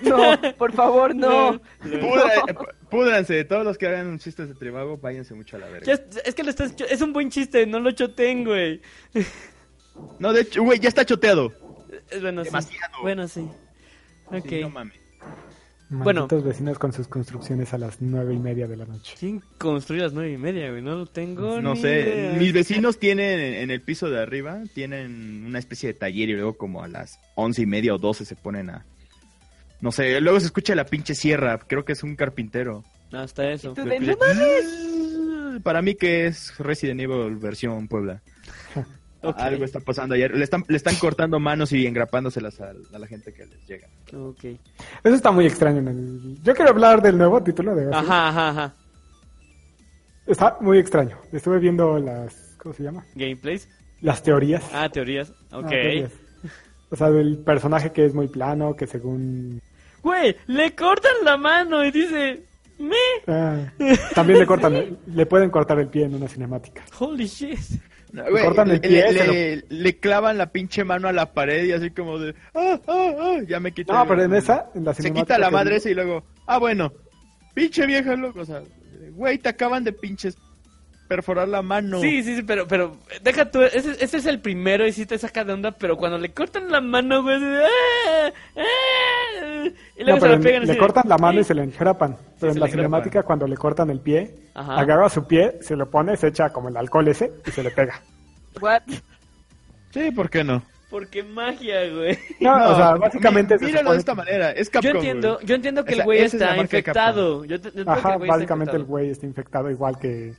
Speaker 4: No, por favor, no.
Speaker 2: Lol.
Speaker 3: Pudra- Púdranse, todos los que hagan chistes de tribago, váyanse mucho a la
Speaker 2: Ya
Speaker 3: verga.
Speaker 2: es, es que lo estás, cho- es un buen chiste, no lo choteen, güey.
Speaker 3: No, de hecho, güey, ya está choteado.
Speaker 2: Es Bueno, sí.
Speaker 3: Demasiado.
Speaker 2: Bueno, sí. Ok.
Speaker 3: Sí, no mames.
Speaker 5: Bueno.
Speaker 2: Bueno.
Speaker 5: vecinos con sus construcciones a las nueve y media de la noche.
Speaker 2: ¿Quién construyó las nueve y media, güey? No lo tengo
Speaker 3: No
Speaker 2: ni
Speaker 3: sé,
Speaker 2: idea.
Speaker 3: mis vecinos tienen en- en el piso de arriba, tienen una especie de taller y luego como a las once y media o doce se ponen a... No sé, luego se escucha la pinche sierra, creo que es un carpintero.
Speaker 2: Hasta eso.
Speaker 4: Tú de,
Speaker 3: Le-
Speaker 4: no mames.
Speaker 3: Para mí que es Resident Evil versión Puebla.
Speaker 2: Ok.
Speaker 3: Algo está pasando ayer. Le están, le están cortando manos y engrapándoselas a, a la gente que les llega.
Speaker 2: Ok.
Speaker 5: Eso está muy extraño en el... Yo quiero hablar del nuevo título de...
Speaker 2: Ajá, ajá, ajá.
Speaker 5: Está muy extraño. Estuve viendo las... ¿Cómo se llama?
Speaker 2: Gameplays.
Speaker 5: Las teorías.
Speaker 2: Ah, teorías. Ok.
Speaker 5: Ah, teorías. O sea, del personaje que es muy plano, que según...
Speaker 2: Güey, le cortan la mano y dice. ¡Me!
Speaker 5: Ah, también le cortan, el- le pueden cortar el pie en una cinemática.
Speaker 2: ¡Holy shit!
Speaker 3: Güey,
Speaker 5: cortan el
Speaker 3: le-
Speaker 5: pie,
Speaker 3: le,
Speaker 5: se lo-
Speaker 3: le- le clavan la pinche mano a la pared y así como de... "Ah, ah, ah", ya me quita
Speaker 5: No,
Speaker 3: el-
Speaker 5: pero en esa, en la
Speaker 3: Se
Speaker 5: cinemática...
Speaker 3: quita la
Speaker 5: que-
Speaker 3: madre esa y luego... Ah, bueno. Pinche vieja, loco. O sea, güey, te acaban de pinches perforar la mano.
Speaker 2: Sí, sí, sí, pero, pero deja tú, ese, ese es el primero y sí te saca de onda, pero cuando le cortan la mano, güey, así de, "Ah, ah", y
Speaker 5: No,
Speaker 2: luego se
Speaker 5: pero
Speaker 2: la pegan
Speaker 5: le
Speaker 2: así de,
Speaker 5: cortan la mano y
Speaker 2: "Sí".
Speaker 5: se le engrapan. Pero
Speaker 2: se
Speaker 5: en la
Speaker 2: le
Speaker 5: cinemática, cuando le cortan el pie,
Speaker 2: Ajá.
Speaker 5: agarra su pie, se lo pone, se echa como el alcohol ese y se le pega.
Speaker 4: What?
Speaker 3: Sí, ¿por qué no?
Speaker 2: Porque magia, güey.
Speaker 5: No, o sea,
Speaker 3: mi-
Speaker 5: básicamente... se
Speaker 3: Míralo
Speaker 5: supone-
Speaker 3: de esta manera. Es Capcom,
Speaker 2: Yo entiendo,
Speaker 3: güey.
Speaker 2: yo entiendo que
Speaker 3: Esa-
Speaker 2: el güey
Speaker 3: esa es la
Speaker 2: está
Speaker 3: marca de Capcom.
Speaker 2: infectado. Yo te- yo entiendo que
Speaker 5: Ajá,
Speaker 2: el güey está
Speaker 5: básicamente el
Speaker 2: infectado.
Speaker 5: güey está infectado igual que,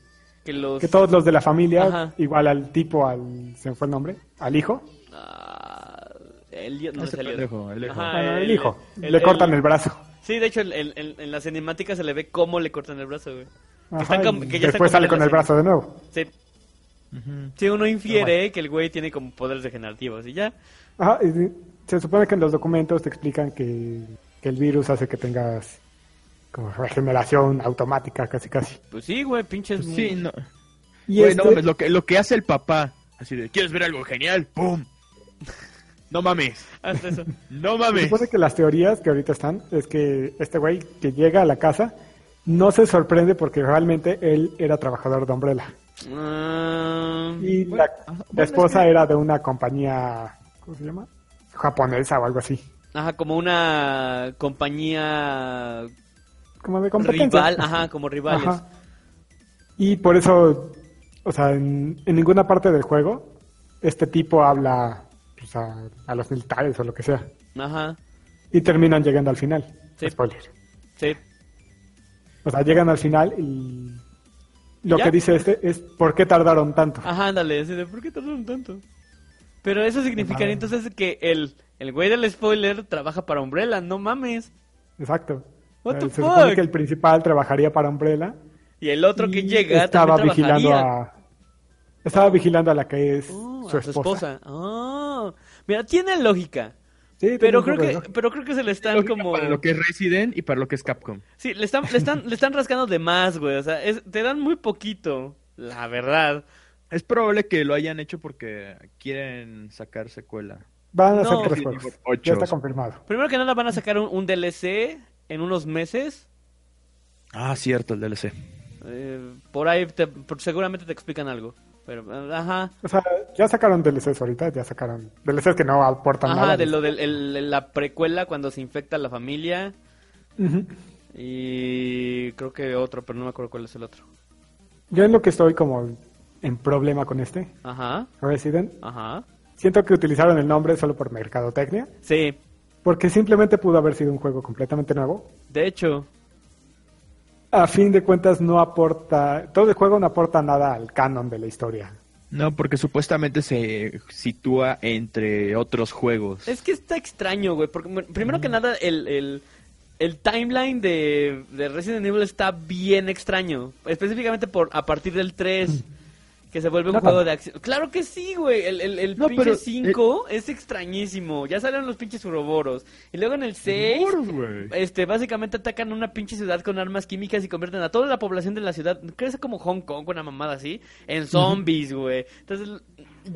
Speaker 2: Que los...
Speaker 5: que todos los de la familia,
Speaker 2: Ajá.
Speaker 5: igual al tipo, al... ¿se me fue el nombre? Al hijo.
Speaker 2: Ah, el, no
Speaker 3: Ese
Speaker 2: es el-
Speaker 3: pendejo, el hijo.
Speaker 2: Ajá,
Speaker 5: Bueno, el, hijo. le cortan el, brazo.
Speaker 2: Sí, de hecho, el- el- el- en la cinemática se le ve cómo le cortan el brazo, güey.
Speaker 5: Ajá,
Speaker 2: está com-
Speaker 5: y
Speaker 2: que ya está
Speaker 5: después sale
Speaker 2: como
Speaker 5: con el
Speaker 2: relación.
Speaker 5: brazo de nuevo.
Speaker 2: Sí,
Speaker 3: Ujú.
Speaker 2: sí, uno infiere que el güey tiene como poderes degenerativos y ya.
Speaker 5: Ajá, y se- se supone que en los documentos te explican que, que el virus hace que tengas como regeneración automática, casi casi.
Speaker 2: Pues sí, güey, pinches...
Speaker 3: Sí, no.
Speaker 5: Y
Speaker 3: Güey,
Speaker 5: este-
Speaker 3: no mames, lo que, lo que hace el papá. Así de, ¿quieres ver algo genial? ¡Pum! No mames,
Speaker 2: Hasta eso.
Speaker 3: no
Speaker 5: se
Speaker 3: mames.
Speaker 5: supone que las teorías que ahorita están es que este güey que llega a la casa no se sorprende porque realmente él era trabajador de Umbrella.
Speaker 2: Ah,
Speaker 5: Y
Speaker 3: Bueno,
Speaker 5: la,
Speaker 3: ah,
Speaker 5: la
Speaker 3: bueno, es
Speaker 5: esposa
Speaker 3: que-
Speaker 5: era de una compañía, ¿cómo se llama? Japonesa o algo así.
Speaker 2: Ajá, como una compañía
Speaker 5: Como de competencia.
Speaker 2: rival, ajá, como rivales.
Speaker 5: Ajá. Y por eso, o sea, en, en ninguna parte del juego, este tipo habla pues, a, a los militares o lo que sea.
Speaker 2: Ajá,
Speaker 5: Y terminan llegando al final.
Speaker 2: Sí.
Speaker 5: Spoiler.
Speaker 2: sí.
Speaker 5: O sea, llegan al final y lo
Speaker 2: ¿Ya? Ah.
Speaker 5: que dice este es ¿por qué tardaron tanto?
Speaker 2: Ajá, ándale, así de, ¿por qué tardaron tanto? Pero eso significaría entonces que el, el güey del spoiler trabaja para Umbrella, no mames.
Speaker 5: Exacto.
Speaker 2: What
Speaker 5: Eh,
Speaker 2: the
Speaker 5: Se supone
Speaker 2: fuck?
Speaker 5: que el principal trabajaría para Umbrella.
Speaker 2: Y el otro que
Speaker 5: y
Speaker 2: llega
Speaker 5: estaba
Speaker 2: también
Speaker 5: vigilando
Speaker 2: trabajaría.
Speaker 5: a estaba vigilando a la que es
Speaker 2: Oh, a
Speaker 5: su esposa.
Speaker 2: Ah, mira, tiene lógica.
Speaker 5: Sí, tiene
Speaker 2: Pero
Speaker 5: un
Speaker 2: creo
Speaker 5: poco de
Speaker 2: que,
Speaker 5: lógica.
Speaker 2: pero creo que se le están
Speaker 3: Lógica
Speaker 2: como.
Speaker 3: Para lo que es Resident y para lo que es Capcom.
Speaker 2: Sí, le están, le están, le están rascando de más, güey. O sea, es- te dan muy poquito, la verdad.
Speaker 3: Es probable que lo hayan hecho porque quieren sacar secuela.
Speaker 5: van a
Speaker 2: No.
Speaker 5: ser tres
Speaker 3: Sí,
Speaker 5: juegos.
Speaker 3: digo, ocho.
Speaker 5: Ya está confirmado.
Speaker 2: Primero que nada van a sacar un, un DLC en unos meses.
Speaker 3: Ah, cierto, el DLC.
Speaker 2: Eh, por ahí te- por- seguramente te explican algo. Pero, eh, ajá.
Speaker 5: O sea, ya sacaron DLCs ahorita, ya sacaron DLCs que no aportan nada.
Speaker 2: Ajá, de lo de la precuela cuando se infecta la familia.
Speaker 5: Ujú.
Speaker 2: Y creo que otro, pero no me acuerdo cuál es el otro.
Speaker 5: Yo en lo que estoy como en problema con este,
Speaker 2: Ajá,
Speaker 5: Resident.
Speaker 2: ajá.
Speaker 5: Siento que utilizaron el nombre solo por mercadotecnia,
Speaker 2: Sí,
Speaker 5: porque simplemente pudo haber sido un juego completamente nuevo.
Speaker 2: de hecho,
Speaker 5: A fin de cuentas no aporta, todo el juego no aporta nada al canon de la historia.
Speaker 3: No, porque supuestamente se sitúa entre otros juegos.
Speaker 2: es que está extraño, güey. Porque bueno, primero que nada, el, el, el timeline de, de Resident Evil está bien extraño. Específicamente por a partir del 3, que se vuelve un
Speaker 5: No
Speaker 2: juego
Speaker 5: tanto.
Speaker 2: de acción. Claro que sí, güey. El, el, el
Speaker 3: No,
Speaker 2: pinche
Speaker 3: pero,
Speaker 2: 5 es extrañísimo. Ya salieron los pinches uroboros. Y luego en el 6, Este, básicamente atacan una pinche ciudad con armas químicas y convierten a toda la población de la ciudad, crece como Hong Kong, una mamada así, en zombies, güey. Entonces,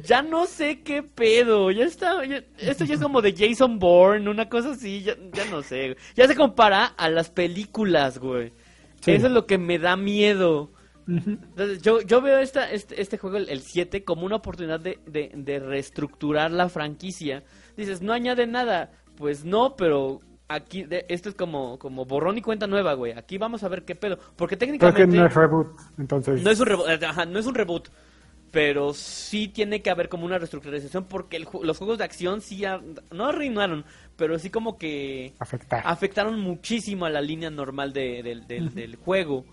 Speaker 2: ya no sé qué pedo, ya está, ya- esto ya es como de Jason Bourne, una cosa así, ya, ya no sé. güey. Ya se compara a las películas, güey.
Speaker 5: Sí.
Speaker 2: Eso es lo que me da miedo. Entonces, yo, yo veo esta, este, este juego, el- el 7, como una oportunidad de, de- de reestructurar la franquicia. Dices, no añade nada. Pues no, pero aquí, de- esto es como, como borrón y cuenta nueva, güey. Aquí vamos a ver qué pedo. Porque
Speaker 5: Creo
Speaker 2: técnicamente
Speaker 5: que no es reboot, entonces...
Speaker 2: no es un reboot, eh, ajá, no es un reboot, pero sí tiene que haber como una reestructuración porque el ju- los juegos de acción sí ar- no arruinaron, pero sí como que
Speaker 5: afectar.
Speaker 2: afectaron muchísimo a la línea normal de- del, del- del juego.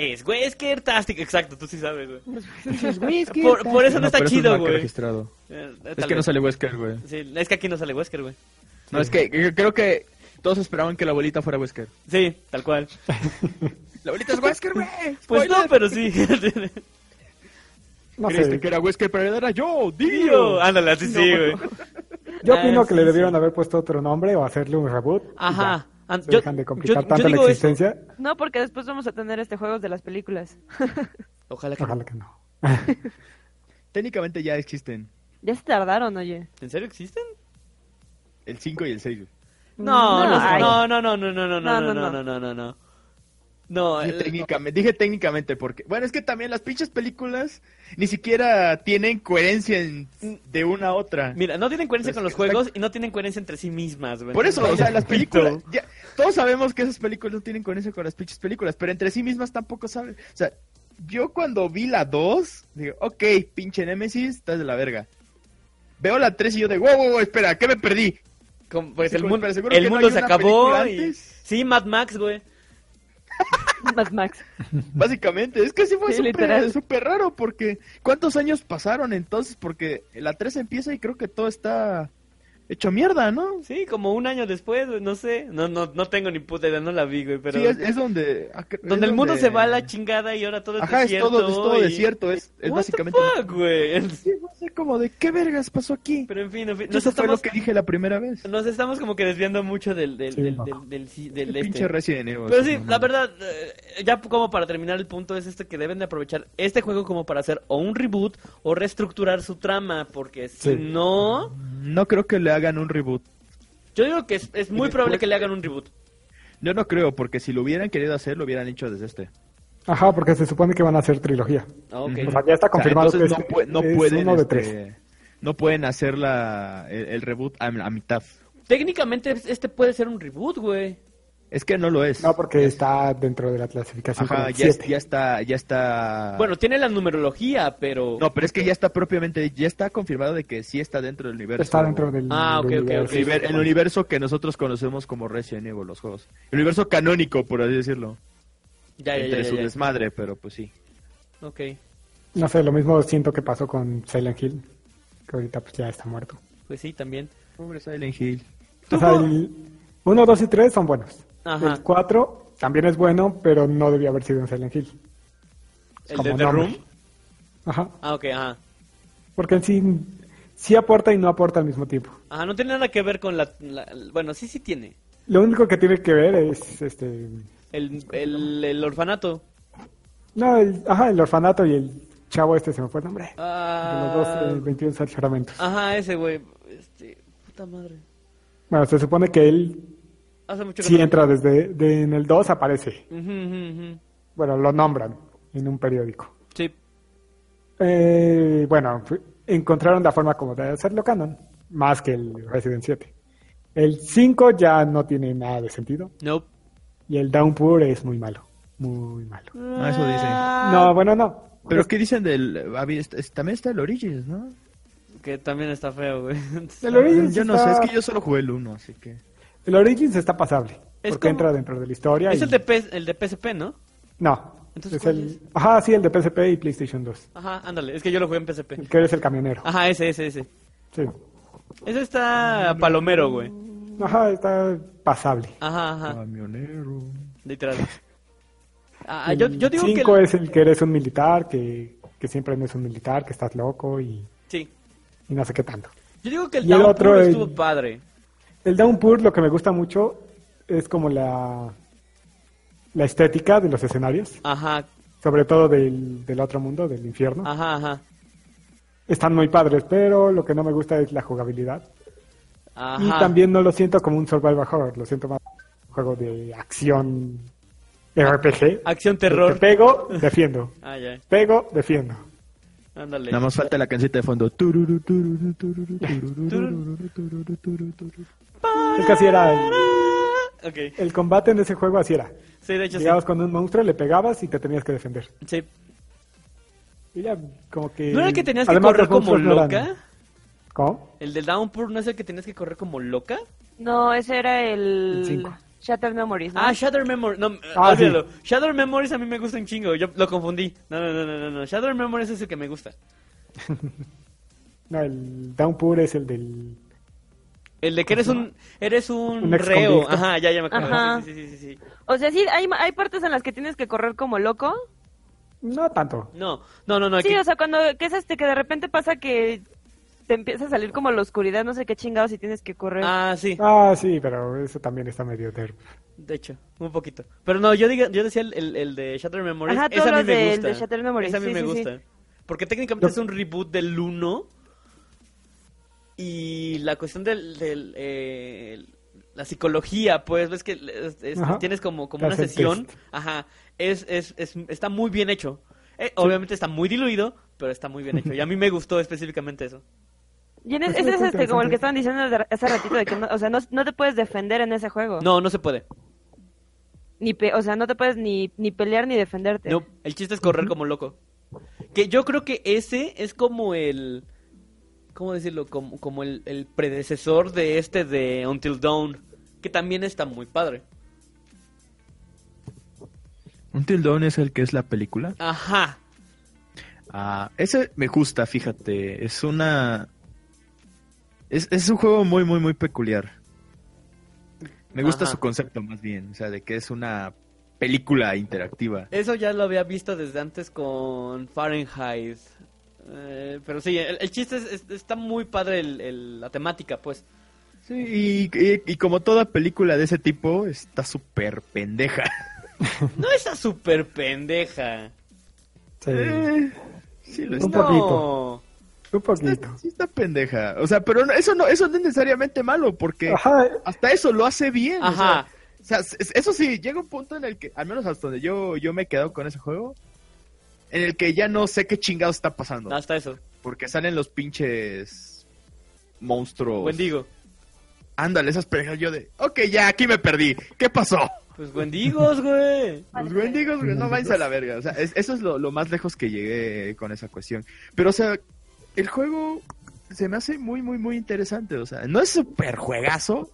Speaker 2: Es, güey, es que Tastic, exacto, tú sí sabes, güey. Por, por eso no, está
Speaker 3: pero es un
Speaker 2: chido,
Speaker 3: marca
Speaker 2: güey.
Speaker 3: registrado.
Speaker 2: Eh, eh,
Speaker 3: Es
Speaker 2: tal
Speaker 3: que no
Speaker 2: vez.
Speaker 3: sale Wesker, güey.
Speaker 2: Sí, es que aquí no sale Wesker, güey.
Speaker 3: No, es que que- creo que todos esperaban que la abuelita fuera Wesker.
Speaker 2: Sí, tal cual.
Speaker 3: ¡La abuelita es Wesker, güey!
Speaker 2: Pues no,
Speaker 3: ¡Spoiler!
Speaker 2: pero sí.
Speaker 5: No
Speaker 3: Creíste
Speaker 5: sé,
Speaker 3: que era Wesker, pero era yo,
Speaker 2: Tío,
Speaker 3: Dio.
Speaker 2: ándale, así sí, güey.
Speaker 5: yo
Speaker 2: Ah,
Speaker 5: opino que
Speaker 2: sí,
Speaker 5: le
Speaker 2: sí.
Speaker 5: debieron haber puesto otro nombre o hacerle un reboot. y
Speaker 2: Ajá.
Speaker 5: ya.
Speaker 2: An-
Speaker 5: Se
Speaker 2: yo-
Speaker 5: dejan de
Speaker 2: yo-
Speaker 5: complicar
Speaker 2: yo
Speaker 5: tanto la
Speaker 2: digo eso.
Speaker 5: existencia.
Speaker 6: No, porque después vamos a tener este juego de las películas.
Speaker 2: Ojalá que.
Speaker 5: Ojalá que no.
Speaker 3: Técnicamente ya existen
Speaker 6: Ya se tardaron, oye.
Speaker 2: ¿En serio existen?
Speaker 3: el 5 y el 6. Mm,
Speaker 2: No,
Speaker 6: No, ay.
Speaker 2: no, no, no, no, no, no, no, no,
Speaker 6: No, no,
Speaker 2: no, no, no, no, no. No, eh,
Speaker 3: Dije
Speaker 2: el-
Speaker 3: técnicamente, dije técnicamente porque... Bueno, es que también las pinches películas ni siquiera tienen coherencia en- de una a otra.
Speaker 2: mira, no tienen coherencia con
Speaker 3: Pues que
Speaker 2: los
Speaker 3: está-
Speaker 2: juegos y no tienen coherencia entre sí mismas, güey.
Speaker 3: Por eso, o sea, las
Speaker 2: Pito.
Speaker 3: películas... ya- todos sabemos que esas películas no tienen coherencia con las pinches películas, pero entre sí mismas tampoco saben. O sea, yo cuando vi la 2, digo, ok, pinche Nemesis, estás de la verga. Veo la 3 y yo de, wow, wow, wow, espera, ¿qué me perdí?
Speaker 2: Como, pues
Speaker 3: Sí,
Speaker 2: el
Speaker 3: como,
Speaker 2: mundo,
Speaker 3: pero seguro
Speaker 2: el
Speaker 3: que no
Speaker 2: mundo
Speaker 3: hay
Speaker 2: se
Speaker 3: una
Speaker 2: acabó.
Speaker 3: película
Speaker 2: y-
Speaker 3: antes.
Speaker 2: Sí, Mad Max, güey.
Speaker 6: Más Max.
Speaker 3: Básicamente, es que sí fue
Speaker 6: Sí,
Speaker 3: súper
Speaker 6: literal.
Speaker 3: súper raro porque ¿cuántos años pasaron entonces? Porque la 3 empieza y creo que todo está hecho mierda, ¿no?
Speaker 2: Sí, como un año después, güey, no sé. No, no, no tengo ni puta idea, no la vi, güey, pero.
Speaker 3: sí, es, es donde... ah, cre-
Speaker 2: Donde
Speaker 3: es
Speaker 2: el mundo se va a la chingada y ahora todo es
Speaker 3: Ajá, es
Speaker 2: desierto.
Speaker 3: todo, es todo
Speaker 2: y-
Speaker 3: desierto, es, es
Speaker 2: What
Speaker 3: básicamente...
Speaker 2: the fuck, güey?
Speaker 3: Sí, no sé, como de qué vergas pasó aquí.
Speaker 2: Pero en fin, en fin,
Speaker 3: Eso
Speaker 2: nos
Speaker 3: fue
Speaker 2: estamos,
Speaker 3: lo que dije la primera vez.
Speaker 2: nos estamos como que desviando mucho del, del,
Speaker 5: Sí,
Speaker 2: del,
Speaker 5: un poco.
Speaker 2: del, del, del
Speaker 3: Qué
Speaker 2: este.
Speaker 3: Pinche Resident Evil.
Speaker 2: Pero sí,
Speaker 3: no
Speaker 2: la
Speaker 3: mames.
Speaker 2: verdad, eh, ya como para terminar el punto es este que deben de aprovechar este juego como para hacer o un reboot o reestructurar su trama, porque si
Speaker 5: Sí.
Speaker 2: no,
Speaker 3: No creo que le hagan un reboot.
Speaker 2: yo digo que es, es muy probable que le hagan un reboot.
Speaker 3: Yo no creo, porque si lo hubieran querido hacer, lo hubieran hecho desde este.
Speaker 5: Ajá, porque se supone que van a hacer trilogía.
Speaker 2: Ah, ok.
Speaker 5: O sea, ya está
Speaker 3: O sea,
Speaker 5: confirmado
Speaker 3: entonces
Speaker 5: que
Speaker 3: no,
Speaker 5: este
Speaker 3: pue- no
Speaker 5: es
Speaker 3: pueden,
Speaker 5: uno de
Speaker 3: este,
Speaker 5: tres.
Speaker 3: no pueden hacer la, el, el reboot a, a mitad.
Speaker 2: Técnicamente este puede ser un reboot, güey.
Speaker 3: Es que no lo es.
Speaker 5: No, porque está dentro de la clasificación.
Speaker 3: Ajá,
Speaker 5: como
Speaker 3: ya, es-
Speaker 5: siete.
Speaker 3: ya está, ya está.
Speaker 2: Bueno, tiene la numerología, pero...
Speaker 3: Ah. no, pero es que ya está propiamente, ya está confirmado de que sí está dentro del universo.
Speaker 5: está dentro del.
Speaker 2: Ah, ok, ok,
Speaker 5: universo.
Speaker 2: ok.
Speaker 3: El univer- el universo que nosotros conocemos como Resident Evil, los juegos. El universo canónico, por así decirlo.
Speaker 2: ya, ya,
Speaker 3: entre
Speaker 2: ya,
Speaker 3: su
Speaker 2: ya, ya.
Speaker 3: desmadre, pero pues sí.
Speaker 2: Ok.
Speaker 5: No sé, lo mismo siento que pasó con Silent Hill, que ahorita pues ya está muerto.
Speaker 2: Pues sí, también.
Speaker 3: Pobre Silent Hill.
Speaker 5: O sea, el 1, 2 y 3 son buenos.
Speaker 2: Ajá.
Speaker 5: El 4 también es bueno, pero no debió haber sido en Silent Hill.
Speaker 2: ¿El
Speaker 5: Como
Speaker 2: de The
Speaker 5: nombre.
Speaker 2: Room?
Speaker 5: Ajá.
Speaker 2: Ah, ok, ajá.
Speaker 5: Porque en sí, sí aporta y no aporta al mismo tiempo.
Speaker 2: Ajá, no tiene nada que ver con la... la- bueno, sí, sí tiene.
Speaker 5: Lo único que tiene que ver es este.
Speaker 2: El, el, el orfanato.
Speaker 5: No, el, ajá, el orfanato y el chavo este se me fue el nombre.
Speaker 2: Ah,
Speaker 5: Los dos, eh, 21 sacramentos.
Speaker 2: Ajá, ese güey. Este, puta madre.
Speaker 5: Bueno, se supone que él
Speaker 2: Hace mucho que
Speaker 5: sí
Speaker 2: no-
Speaker 5: entra desde de- en el 2 aparece.
Speaker 2: Ujú, ujú, ujú.
Speaker 5: Bueno, lo nombran en un periódico.
Speaker 2: Sí.
Speaker 5: Eh, bueno, f- encontraron la forma como de hacerlo canon, más que el Resident 7. El 5 ya no tiene nada de sentido
Speaker 2: Nope.
Speaker 5: y el Downpour es muy malo, muy malo.
Speaker 3: Ah, eso dice.
Speaker 5: No, bueno, no.
Speaker 3: Pero ¿qué dicen del... ah, había- est- est- También está el Origins, ¿no?
Speaker 2: Que también está feo, güey.
Speaker 5: El Origins
Speaker 3: Yo no sé, es
Speaker 5: está-
Speaker 3: que yo solo jugué el 1, así que...
Speaker 5: El Origins está pasable.
Speaker 2: Es
Speaker 5: porque
Speaker 2: como-
Speaker 5: entra dentro de la historia.
Speaker 2: Es
Speaker 5: y-
Speaker 2: el de, P- el de PSP, ¿no?
Speaker 5: No.
Speaker 2: Entonces,
Speaker 5: es
Speaker 2: ¿cuál
Speaker 5: el...
Speaker 2: es?
Speaker 5: Ajá, sí, el de PSP y PlayStation 2.
Speaker 2: Ajá, ándale. Es que yo lo jugué en PSP.
Speaker 5: El que eres el camionero.
Speaker 2: Ajá, ese, ese, ese.
Speaker 5: Sí.
Speaker 2: Ese está palomero, güey.
Speaker 5: Ajá, está pasable.
Speaker 2: Ajá,
Speaker 3: Ah.
Speaker 5: Ah.
Speaker 2: ajá.
Speaker 3: Camionero.
Speaker 2: Literal. Ah, yo, yo digo que...
Speaker 5: 5 es el que eres un militar, que, que siempre no es un militar, que estás loco y,
Speaker 2: Sí.
Speaker 5: y no sé qué tanto.
Speaker 2: Yo digo que el
Speaker 5: Y el
Speaker 2: Down
Speaker 5: otro,
Speaker 2: Puro
Speaker 5: el-
Speaker 2: estuvo padre.
Speaker 5: El Downpour lo que me gusta mucho es como la, la estética de los escenarios,
Speaker 2: Ajá,
Speaker 5: sobre todo del, del otro mundo, del infierno.
Speaker 2: ajá, ajá.
Speaker 5: Están muy padres, pero lo que no me gusta es la jugabilidad.
Speaker 2: Ajá.
Speaker 5: Y también no lo siento como un survival horror, lo siento más como un juego de acción RPG.
Speaker 2: Acción Ah, terror.
Speaker 5: Te pego, defiendo.
Speaker 2: Ah, ya.
Speaker 5: Pego, defiendo.
Speaker 2: Ándale.
Speaker 3: Nada más falta la cancita de fondo. Tururu, tururu, tururu, tururu, tururu, tururu, tururu, tururu.
Speaker 5: Es que así era el,
Speaker 2: Ok.
Speaker 5: el combate en ese juego, así era.
Speaker 2: Sí, de hecho sí.
Speaker 5: Llegabas con un monstruo, le pegabas y te tenías que defender.
Speaker 2: Sí.
Speaker 5: Y ya, como que...
Speaker 2: ¿No era el que tenías que
Speaker 5: Además,
Speaker 2: correr
Speaker 5: los
Speaker 2: como
Speaker 5: monstruos no eran-
Speaker 2: loca?
Speaker 5: ¿Cómo?
Speaker 2: ¿El del Downpour no es el que tenías que correr como loca?
Speaker 6: No, ese era
Speaker 5: El
Speaker 6: el...
Speaker 5: cinco.
Speaker 6: Shattered Memories, ¿no?
Speaker 2: Ah, Shadow Memories. No,
Speaker 5: Ah, sí.
Speaker 2: olvídalo. Shadow Memories a mí me gusta un chingo. Yo lo confundí. No, no, no, no, no. no. Shadow Memories es el que me gusta.
Speaker 5: No, el Downpour es el del...
Speaker 2: El de que eres un eres un,
Speaker 5: Un ex
Speaker 2: reo.
Speaker 5: convicto.
Speaker 2: Ajá, ya, ya me acuerdo.
Speaker 6: Ajá.
Speaker 2: Sí, sí, sí, sí, sí.
Speaker 6: O sea, sí, hay, hay partes en las que tienes que correr como loco.
Speaker 5: No tanto.
Speaker 2: No, no, no, no.
Speaker 6: Sí,
Speaker 2: que-
Speaker 6: o sea, cuando que es este que de repente pasa que te empieza a salir como la oscuridad, no sé qué chingados y tienes que correr.
Speaker 2: Ah, sí.
Speaker 5: Ah, sí, pero eso también está medio termo.
Speaker 2: De hecho, un poquito. Pero no, yo diga, yo decía el, el, el de Shattered Memories.
Speaker 6: Ajá,
Speaker 2: ese
Speaker 6: todos
Speaker 2: a mí
Speaker 6: los
Speaker 2: me
Speaker 6: del-
Speaker 2: gusta.
Speaker 6: de Shattered Memories,
Speaker 2: Ese a mí
Speaker 6: sí,
Speaker 2: me
Speaker 6: sí, sí.
Speaker 2: gusta. Porque técnicamente
Speaker 5: Lo-
Speaker 2: es un reboot del 1. Y la cuestión del. del, eh, el- la psicología, pues, ves que es- es-
Speaker 5: Ajá.
Speaker 2: tienes como, como
Speaker 5: Te
Speaker 2: una
Speaker 5: hace el
Speaker 2: sesión.
Speaker 5: test.
Speaker 2: Ajá. Es, es, es- está muy bien hecho. Eh, Obviamente está muy diluido, pero está muy bien hecho. Y a mí me gustó específicamente eso.
Speaker 6: Y en es-
Speaker 5: Pues sí,
Speaker 6: ese es
Speaker 5: está
Speaker 6: este, como el que
Speaker 5: interesante.
Speaker 6: estaban diciendo de- hace ratito, de que no, o sea, no, no te puedes defender en ese juego.
Speaker 2: No, no se puede.
Speaker 6: Ni pe- o sea, no te puedes ni, ni pelear ni defenderte.
Speaker 2: No, el chiste es correr como loco. Que yo creo que ese es como el. ¿Cómo decirlo? Como, como el, el predecesor de este de Until Dawn. Que también está muy padre.
Speaker 3: Un tildón es el que es la película.
Speaker 2: Ajá.
Speaker 3: Ah, ese me gusta, fíjate. Es una. Es, es un juego muy, muy, muy peculiar. Me gusta
Speaker 2: Ajá.
Speaker 3: su concepto, más bien. O sea, de que es una película interactiva.
Speaker 2: Eso ya lo había visto desde antes con Fahrenheit. Eh, pero sí, el, el chiste es, es- está muy padre el- el- la temática, pues.
Speaker 3: Sí, y, y- y como toda película de ese tipo, está súper pendeja.
Speaker 2: No está súper pendeja.
Speaker 5: Sí,
Speaker 3: Eh, sí, lo
Speaker 5: Un
Speaker 3: está.
Speaker 5: poquito. un poquito.
Speaker 3: Está- sí está pendeja. O sea, pero no- eso no, eso no es necesariamente malo, porque
Speaker 5: Ajá,
Speaker 3: hasta eso lo hace bien. o
Speaker 2: Ajá.
Speaker 3: O sea, s- s- eso sí, llega un punto en el que, al menos hasta donde yo, yo me he quedado con ese juego, en el que ya no sé qué chingado está pasando.
Speaker 2: Hasta eso.
Speaker 3: Porque salen los pinches monstruos.
Speaker 2: Wendigo.
Speaker 3: Ándale, esas pendejas yo de, ok, ya, aquí me perdí. ¿Qué pasó?
Speaker 2: Pues Wendigos, güey.
Speaker 3: Los Wendigos, güey, no vais a la verga. O sea, es- eso es lo, lo más lejos que llegué con esa cuestión. Pero, o sea, el juego se me hace muy, muy, muy interesante. O sea, no es super juegazo,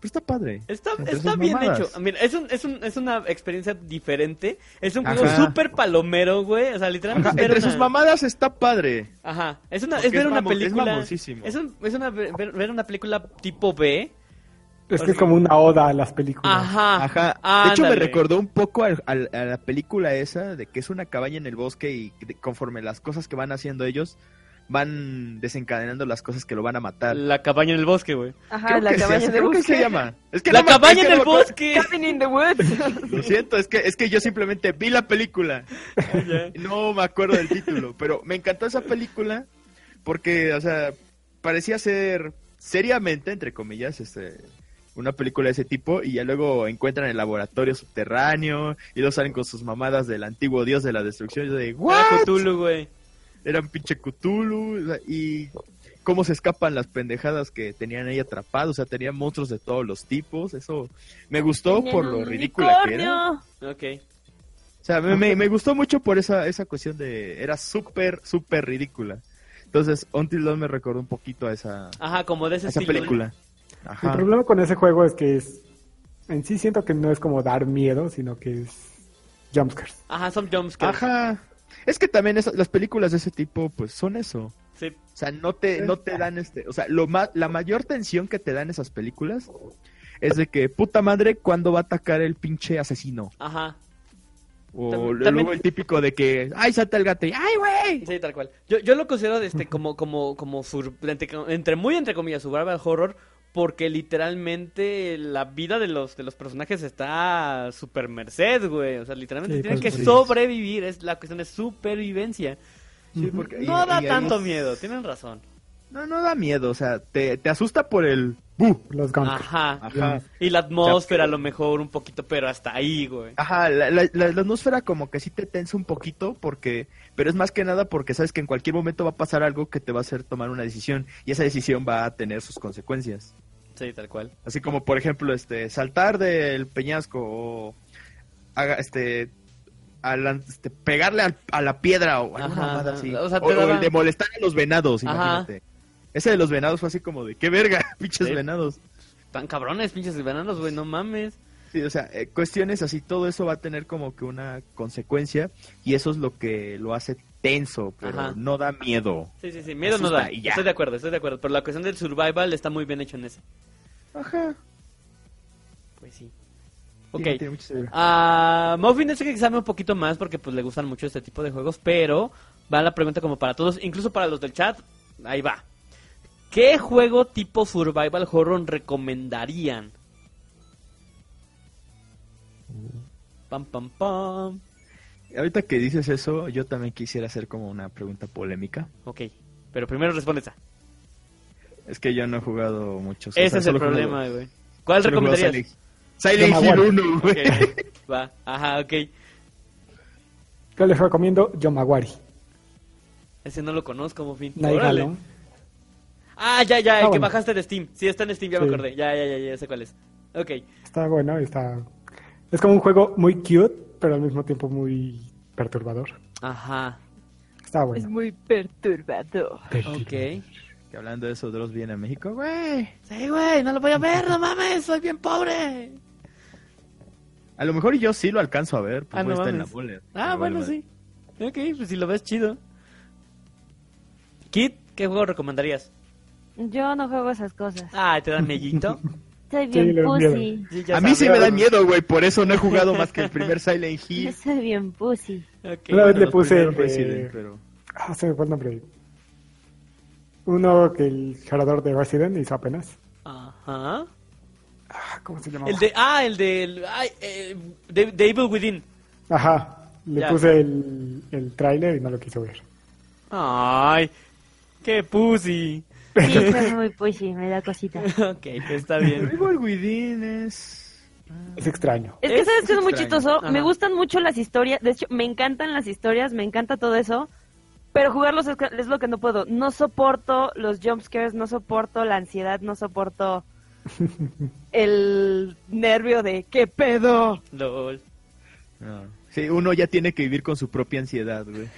Speaker 3: pero está padre.
Speaker 2: Está,
Speaker 3: Entre
Speaker 2: está
Speaker 3: sus
Speaker 2: bien
Speaker 3: mamadas.
Speaker 2: hecho. Mira, es, un, es, un- es una experiencia diferente. Es un juego
Speaker 3: Ajá.
Speaker 2: súper palomero, güey. O sea, literalmente.
Speaker 3: Ajá,
Speaker 2: es ver
Speaker 3: entre
Speaker 2: una-
Speaker 3: sus mamadas está padre.
Speaker 2: Ajá. Es, una,
Speaker 3: Porque
Speaker 2: es ver
Speaker 3: es
Speaker 2: una
Speaker 3: mamo- es
Speaker 2: película. Es,
Speaker 3: mamosísimo.
Speaker 2: un- es una, ver, ver- ver una película tipo B.
Speaker 5: es que es como una oda a las películas.
Speaker 2: Ajá.
Speaker 3: Ajá. de hecho, me
Speaker 2: Ah, ándale.
Speaker 3: recordó un poco al- al- a, la película esa de que es una cabaña en el bosque y de- conforme las cosas que van haciendo ellos van desencadenando las cosas que lo van a matar.
Speaker 2: La Ah, cabaña en el bosque, güey.
Speaker 6: Ajá,
Speaker 3: Creo
Speaker 6: la
Speaker 3: que se
Speaker 6: cabaña
Speaker 3: hace-
Speaker 6: de
Speaker 3: creo que
Speaker 6: bosque.
Speaker 3: se llama. Es que
Speaker 2: la
Speaker 3: no me-
Speaker 2: cabaña
Speaker 3: es que
Speaker 2: en el
Speaker 3: no me acuerdo-
Speaker 2: bosque.
Speaker 6: Cabin in the Woods.
Speaker 3: Lo siento, es que, es que yo simplemente vi la película. No me acuerdo del título, pero me encantó esa película porque, o sea, parecía ser seriamente, entre comillas, este, una película de ese tipo y ya luego encuentran el laboratorio subterráneo y lo salen con sus mamadas del antiguo dios de la destrucción. Y yo de,
Speaker 2: Era
Speaker 3: ¿what?
Speaker 2: Cthulhu, güey.
Speaker 3: Era un pinche Cthulhu o sea, y cómo se escapan las pendejadas que tenían ahí atrapados, o sea, tenían monstruos de todos los tipos, eso me gustó por lo ridícula que era.
Speaker 6: Unicornio.
Speaker 2: Ok.
Speaker 3: O sea, me, me- me gustó mucho por esa, esa cuestión de... Era súper, súper ridícula. Entonces, Until Dawn me recordó un poquito a esa,
Speaker 2: Ajá, como de ese
Speaker 3: a esa
Speaker 2: estilo.
Speaker 3: película.
Speaker 5: El
Speaker 3: Ajá.
Speaker 5: problema con ese juego es que es. En sí siento que no es como dar miedo, sino que es. Jumpscares.
Speaker 2: Ajá, son jumpscares.
Speaker 3: Ajá. Es que también esas- las películas de ese tipo, pues, son eso.
Speaker 2: Sí.
Speaker 3: O sea, no te, no te dan este... O sea, lo ma- la mayor tensión que te dan esas películas es de que, puta madre, ¿cuándo va a atacar el pinche asesino?
Speaker 2: Ajá.
Speaker 3: O
Speaker 2: Tam-
Speaker 3: luego
Speaker 2: también-
Speaker 3: el típico de que, ay, salta el gato y, ay, güey.
Speaker 2: Sí, tal cual. Yo, yo lo considero este como como como sur- entre, entre- muy entre comillas survival horror porque literalmente la vida de los de los personajes está a super merced, güey. O sea, literalmente
Speaker 5: Sí,
Speaker 2: tienen
Speaker 5: pues,
Speaker 2: que
Speaker 5: sí.
Speaker 2: sobrevivir, es la cuestión de supervivencia. Sí, porque
Speaker 3: Y-
Speaker 2: no da
Speaker 3: y ahí-
Speaker 2: tanto miedo, tienen razón.
Speaker 3: No, no da miedo, o sea, te, te asusta por el... "Bu".
Speaker 5: Los Gunkers.
Speaker 2: Ajá.
Speaker 3: Ajá.
Speaker 2: Y la atmósfera
Speaker 3: O sea,
Speaker 2: a lo mejor un poquito, pero hasta ahí, güey.
Speaker 3: Ajá, la, la- la- la atmósfera como que sí te tensa un poquito porque, pero es más que nada porque sabes que en cualquier momento va a pasar algo que te va a hacer tomar una decisión y esa decisión va a tener sus consecuencias.
Speaker 2: Sí, tal cual.
Speaker 3: Así como por ejemplo, este, saltar del peñasco o haga- este, alan- este, pegarle al- a la piedra o alguna
Speaker 2: Ajá,
Speaker 3: mamada así.
Speaker 2: o sea, te
Speaker 3: O- o
Speaker 2: daba-
Speaker 3: el de molestar a los venados,
Speaker 2: Ajá.
Speaker 3: imagínate. Ese de los venados fue así como de qué verga, pinches
Speaker 2: Sí.
Speaker 3: venados.
Speaker 2: Tan cabrones, pinches bananos, güey, no mames.
Speaker 3: Sí, o sea, eh, cuestiones así, todo eso va a tener como que una consecuencia y eso es lo que lo hace tenso, pero
Speaker 2: Ajá.
Speaker 3: no da miedo.
Speaker 2: Sí, sí, sí, miedo no
Speaker 3: Asusta
Speaker 2: da.
Speaker 3: y ya.
Speaker 2: Estoy de acuerdo, estoy de acuerdo. Pero la cuestión del survival está muy bien hecho en ese.
Speaker 3: Ajá.
Speaker 2: Pues sí.
Speaker 3: Sí,
Speaker 2: Ok.
Speaker 3: no tiene mucho sentido.
Speaker 2: Ah, Muffin es el que sabe un poquito más porque pues le gustan mucho este tipo de juegos, pero va la pregunta como para todos, incluso para los del chat, ahí va. ¿Qué juego tipo survival horror recomendarían? Pam pam pam.
Speaker 3: Ahorita que dices eso, yo también quisiera hacer como una pregunta polémica.
Speaker 2: Ok, pero primero responde esa.
Speaker 3: Pues Es que yo no he jugado muchos. o
Speaker 2: Ese
Speaker 3: sea,
Speaker 2: es el
Speaker 3: solo he jugado-
Speaker 2: problema, güey. ¿Cuál
Speaker 3: solo he jugado
Speaker 2: recomendarías?
Speaker 3: Silent,
Speaker 5: Llama
Speaker 3: Silent Hill
Speaker 5: War.
Speaker 3: 1, güey.
Speaker 2: Ok, va, ajá, ok.
Speaker 5: Yo les recomiendo Yomawari.
Speaker 2: Ese no lo conozco, Muffin.
Speaker 5: Night
Speaker 2: Órale.
Speaker 5: Galon.
Speaker 2: Ah, ya, ya, el
Speaker 5: Ah,
Speaker 2: que
Speaker 5: bueno.
Speaker 2: bajaste de Steam. Sí, está en Steam, ya me
Speaker 5: Sí.
Speaker 2: acordé. Ya, ya, ya, ya sé cuál es. Ok,
Speaker 5: Está bueno, está. Es como un juego muy cute, pero al mismo tiempo muy perturbador.
Speaker 2: ajá,
Speaker 5: Está
Speaker 6: Es
Speaker 5: bueno.
Speaker 6: muy perturbador.
Speaker 2: ok.
Speaker 3: Que hablando de eso, Dross viene a México, güey.
Speaker 2: Sí, güey, no lo voy a ver, no mames, soy bien pobre.
Speaker 3: A lo mejor yo sí lo alcanzo a ver, pues
Speaker 2: Ah,
Speaker 3: voy
Speaker 2: no
Speaker 3: a estar en la
Speaker 2: mames.
Speaker 3: bola.
Speaker 2: Ah,
Speaker 3: Me vale
Speaker 2: bueno,
Speaker 3: madre.
Speaker 2: sí. Ok, pues si lo ves, chido. Kit, ¿qué juego recomendarías?
Speaker 6: Yo no juego esas cosas.
Speaker 2: Ah, ¿te dan mellito?
Speaker 6: Soy
Speaker 5: Sí,
Speaker 6: bien
Speaker 5: le da miedo.
Speaker 6: pussy.
Speaker 2: Sí, ya
Speaker 3: A mí sí
Speaker 2: sabía.
Speaker 3: me da miedo, güey, por eso no he jugado más que el primer Silent
Speaker 6: Yo
Speaker 3: Hill.
Speaker 6: soy bien pussy.
Speaker 2: Ok.
Speaker 5: Una vez le
Speaker 3: Los
Speaker 5: puse.
Speaker 3: primeros
Speaker 5: eh,
Speaker 3: Resident, pero...
Speaker 5: Ah, se me fue el nombre. Uno que el creador de Resident hizo apenas.
Speaker 2: Ajá.
Speaker 5: Ah, ¿Cómo se llamaba?
Speaker 2: El de, ah, el de, el- ay, eh, de, de Evil Within.
Speaker 5: Ajá. Le
Speaker 2: Ya.
Speaker 5: puse el, el tráiler y no lo quiso ver.
Speaker 2: Ay, qué pussy.
Speaker 6: Sí, soy muy pussy, me da cosita.
Speaker 2: Ok, pues está bien.
Speaker 3: Evil Within es...
Speaker 5: Es extraño.
Speaker 6: Es que
Speaker 2: Es-
Speaker 6: sabes que es muy
Speaker 3: extraño.
Speaker 6: chistoso.
Speaker 2: Ajá.
Speaker 6: Me gustan mucho las historias. De hecho, me encantan las historias, me encanta todo eso. Pero jugarlos es, es lo que no puedo. No soporto los jumpscares, no soporto la ansiedad, no soporto el nervio de qué pedo.
Speaker 2: LOL.
Speaker 3: No. Sí, uno ya tiene que vivir con su propia ansiedad, güey.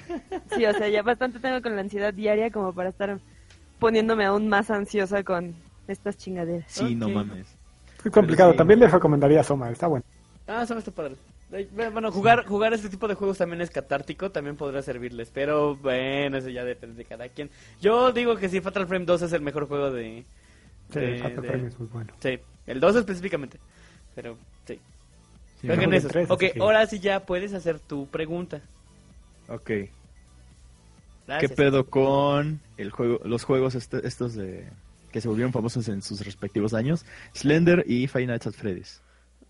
Speaker 6: Sí, o sea, ya bastante tengo con la ansiedad diaria como para estar poniéndome aún más ansiosa con estas chingaderas.
Speaker 3: Sí, no
Speaker 2: Ok.
Speaker 3: mames.
Speaker 5: Es complicado.
Speaker 3: sí.
Speaker 5: También les recomendaría Soma. Está bueno.
Speaker 2: Ah, eso está padre. Eh, Bueno, jugar, jugar este tipo de juegos también es catártico, también podrá servirles, pero bueno, eso ya depende de cada quien. Yo digo que sí, Fatal Frame 2 es el mejor juego de...
Speaker 5: Sí,
Speaker 2: de-
Speaker 5: el Fatal
Speaker 2: de-
Speaker 5: Frame es muy bueno.
Speaker 2: Sí, el 2 específicamente, pero sí.
Speaker 3: Sí,
Speaker 2: Creo que en
Speaker 5: mejor el
Speaker 2: esos.
Speaker 5: tres,
Speaker 2: ok,
Speaker 5: así que-
Speaker 2: ahora sí ya puedes hacer tu pregunta.
Speaker 3: Ok. ¿Qué
Speaker 2: Gracias.
Speaker 3: pedo con el juego, los juegos este- estos de que se volvieron famosos en sus respectivos años? Slender y Five Nights at Freddy's.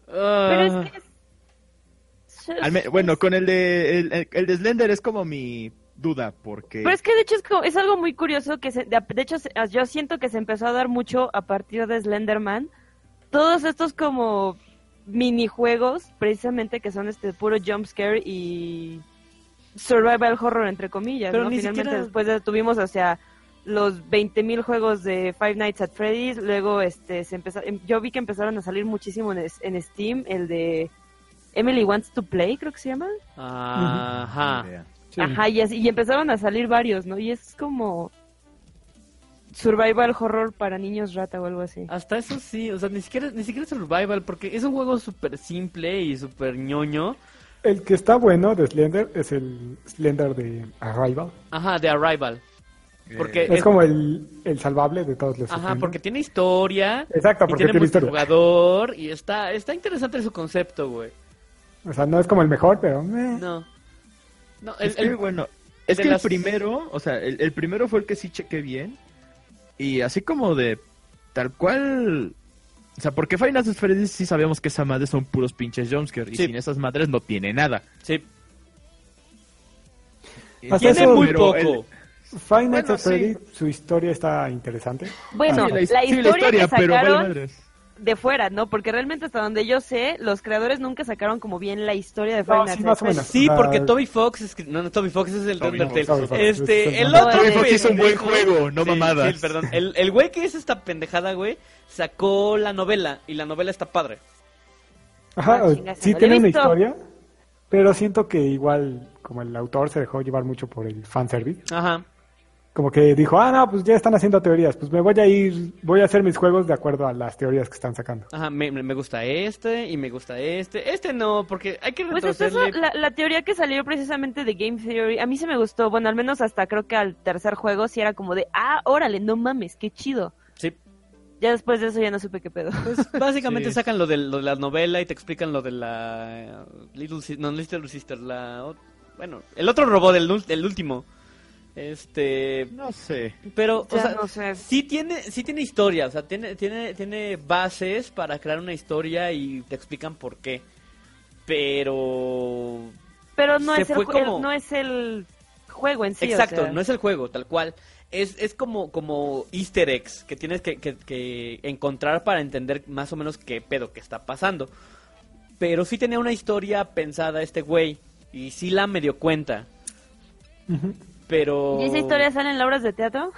Speaker 6: Pero
Speaker 2: Ah,
Speaker 6: es que... es-
Speaker 3: Al me- bueno, con el de el, el de Slender es como mi duda porque
Speaker 6: Pero es que de hecho es, como- es algo muy curioso que se- de, de hecho se- yo siento que se empezó a dar mucho a partir de Slenderman. Todos estos como minijuegos precisamente que son este puro jump scare y survival horror entre comillas,
Speaker 2: Pero
Speaker 6: ¿no?
Speaker 2: ni
Speaker 6: Finalmente
Speaker 2: siquiera-
Speaker 6: después de- tuvimos, o sea, los 20.000 juegos de Five Nights at Freddy's, luego este se empezó, em- yo vi que empezaron a salir muchísimo en, es- en Steam el de Emily Wants to Play, creo que se llama.
Speaker 2: Ajá.
Speaker 3: Ni idea.
Speaker 5: Sí.
Speaker 6: Ajá, y, así, y empezaron a salir varios, ¿no? Y es como survival horror para niños rata o algo así.
Speaker 2: Hasta eso sí, o sea, ni siquiera, ni siquiera es survival, porque es un juego súper simple y súper ñoño.
Speaker 5: El que está bueno de Slender es el Slender de Arrival.
Speaker 2: Ajá, de Arrival. Porque-
Speaker 5: Es
Speaker 2: Es-
Speaker 5: como el, el salvable de todos los
Speaker 2: Eh, Ajá,
Speaker 5: Slender.
Speaker 2: porque tiene historia. y
Speaker 5: Exacto, Ah, porque
Speaker 2: tiene
Speaker 5: tiene historia.
Speaker 2: multijugador. Y está, está interesante su concepto, güey.
Speaker 5: O sea, no es como el mejor, pero... eh. meh.
Speaker 2: No. No, el,
Speaker 3: Es que,
Speaker 2: el-
Speaker 3: bueno, es
Speaker 2: de
Speaker 3: que
Speaker 2: las-
Speaker 3: el primero, o sea, el, el primero fue el que sí chequé bien. Y así como de tal cual. O sea, porque Final Fantasy Freddy sí sabemos que esa madre son puros pinches jumpscare. Y
Speaker 2: Sí.
Speaker 3: sin esas madres no tiene nada.
Speaker 2: sí,
Speaker 5: Hasta
Speaker 2: tiene
Speaker 5: eso-
Speaker 2: muy
Speaker 3: Pero
Speaker 2: poco.
Speaker 3: el-
Speaker 5: Final
Speaker 3: Bueno,
Speaker 5: Fantasy Freddy, su historia está interesante.
Speaker 6: Bueno,
Speaker 3: sí,
Speaker 6: la,
Speaker 3: his- sí,
Speaker 6: historia que
Speaker 3: pero vale
Speaker 6: sacaron
Speaker 3: madres.
Speaker 6: de fuera, ¿no? Porque realmente hasta donde yo sé, los creadores nunca sacaron como bien la historia de
Speaker 5: No,
Speaker 6: Final
Speaker 5: sí, más
Speaker 6: Fantasy.
Speaker 5: o menos.
Speaker 2: Sí,
Speaker 5: Ah.
Speaker 2: porque Toby Fox escri- No, no, Toby Fox es el de
Speaker 3: Toby
Speaker 2: Undertale.
Speaker 5: Fox, Toby Fox.
Speaker 2: Este, el
Speaker 5: No,
Speaker 2: otro
Speaker 6: Toby Fox
Speaker 2: pendejo-
Speaker 6: hizo un
Speaker 3: buen juego, no
Speaker 2: Sí,
Speaker 3: mamadas.
Speaker 2: sí, perdón. El, el güey que hizo esta pendejada, güey, sacó la novela. Y la novela está padre.
Speaker 5: Ajá,
Speaker 6: Ah, chinga,
Speaker 5: sí
Speaker 6: se lo
Speaker 5: tiene
Speaker 6: he
Speaker 5: una
Speaker 6: visto.
Speaker 5: historia, pero siento que igual, como el autor se dejó llevar mucho por el fanservice,
Speaker 2: Ajá.
Speaker 5: como que dijo, ah, no, pues ya están haciendo teorías, pues me voy a ir, voy a hacer mis juegos de acuerdo a las teorías que están sacando.
Speaker 2: Ajá, me, me- me gusta este y me gusta este. Este no, porque hay que
Speaker 6: Pues hasta
Speaker 2: retrocederle.
Speaker 6: eso, la, la teoría que salió precisamente de Game Theory, a mí se me gustó, bueno, al menos hasta creo que al tercer juego sí era como de, ah, órale, no mames, qué chido.
Speaker 2: Sí.
Speaker 6: Ya después de eso ya no supe qué pedo.
Speaker 2: Pues básicamente
Speaker 3: Sí.
Speaker 2: sacan lo de, lo de la novela y te explican lo de la eh, Little Sister, no Little Sister, la ot- bueno, el otro robot, el, ul- el último. Este,
Speaker 3: No sé.
Speaker 2: pero o
Speaker 6: Ya
Speaker 2: sea,
Speaker 6: no sé.
Speaker 2: sí tiene sí tiene historia, o sea, tiene tiene tiene bases para crear una historia y te explican por qué. Pero
Speaker 6: Pero no
Speaker 2: se
Speaker 6: es, el,
Speaker 2: fue
Speaker 6: ju- el-
Speaker 2: como-
Speaker 6: no es el juego en sí. o
Speaker 2: Exacto,
Speaker 6: sea.
Speaker 2: no es el juego, tal cual. Es, es como, como easter eggs que tienes que, que- que encontrar para entender más o menos qué pedo que está pasando. Pero sí tenía una historia pensada este güey. Y sí la medio cuenta. Pero...
Speaker 6: ¿Y esa historia sale en las obras de teatro?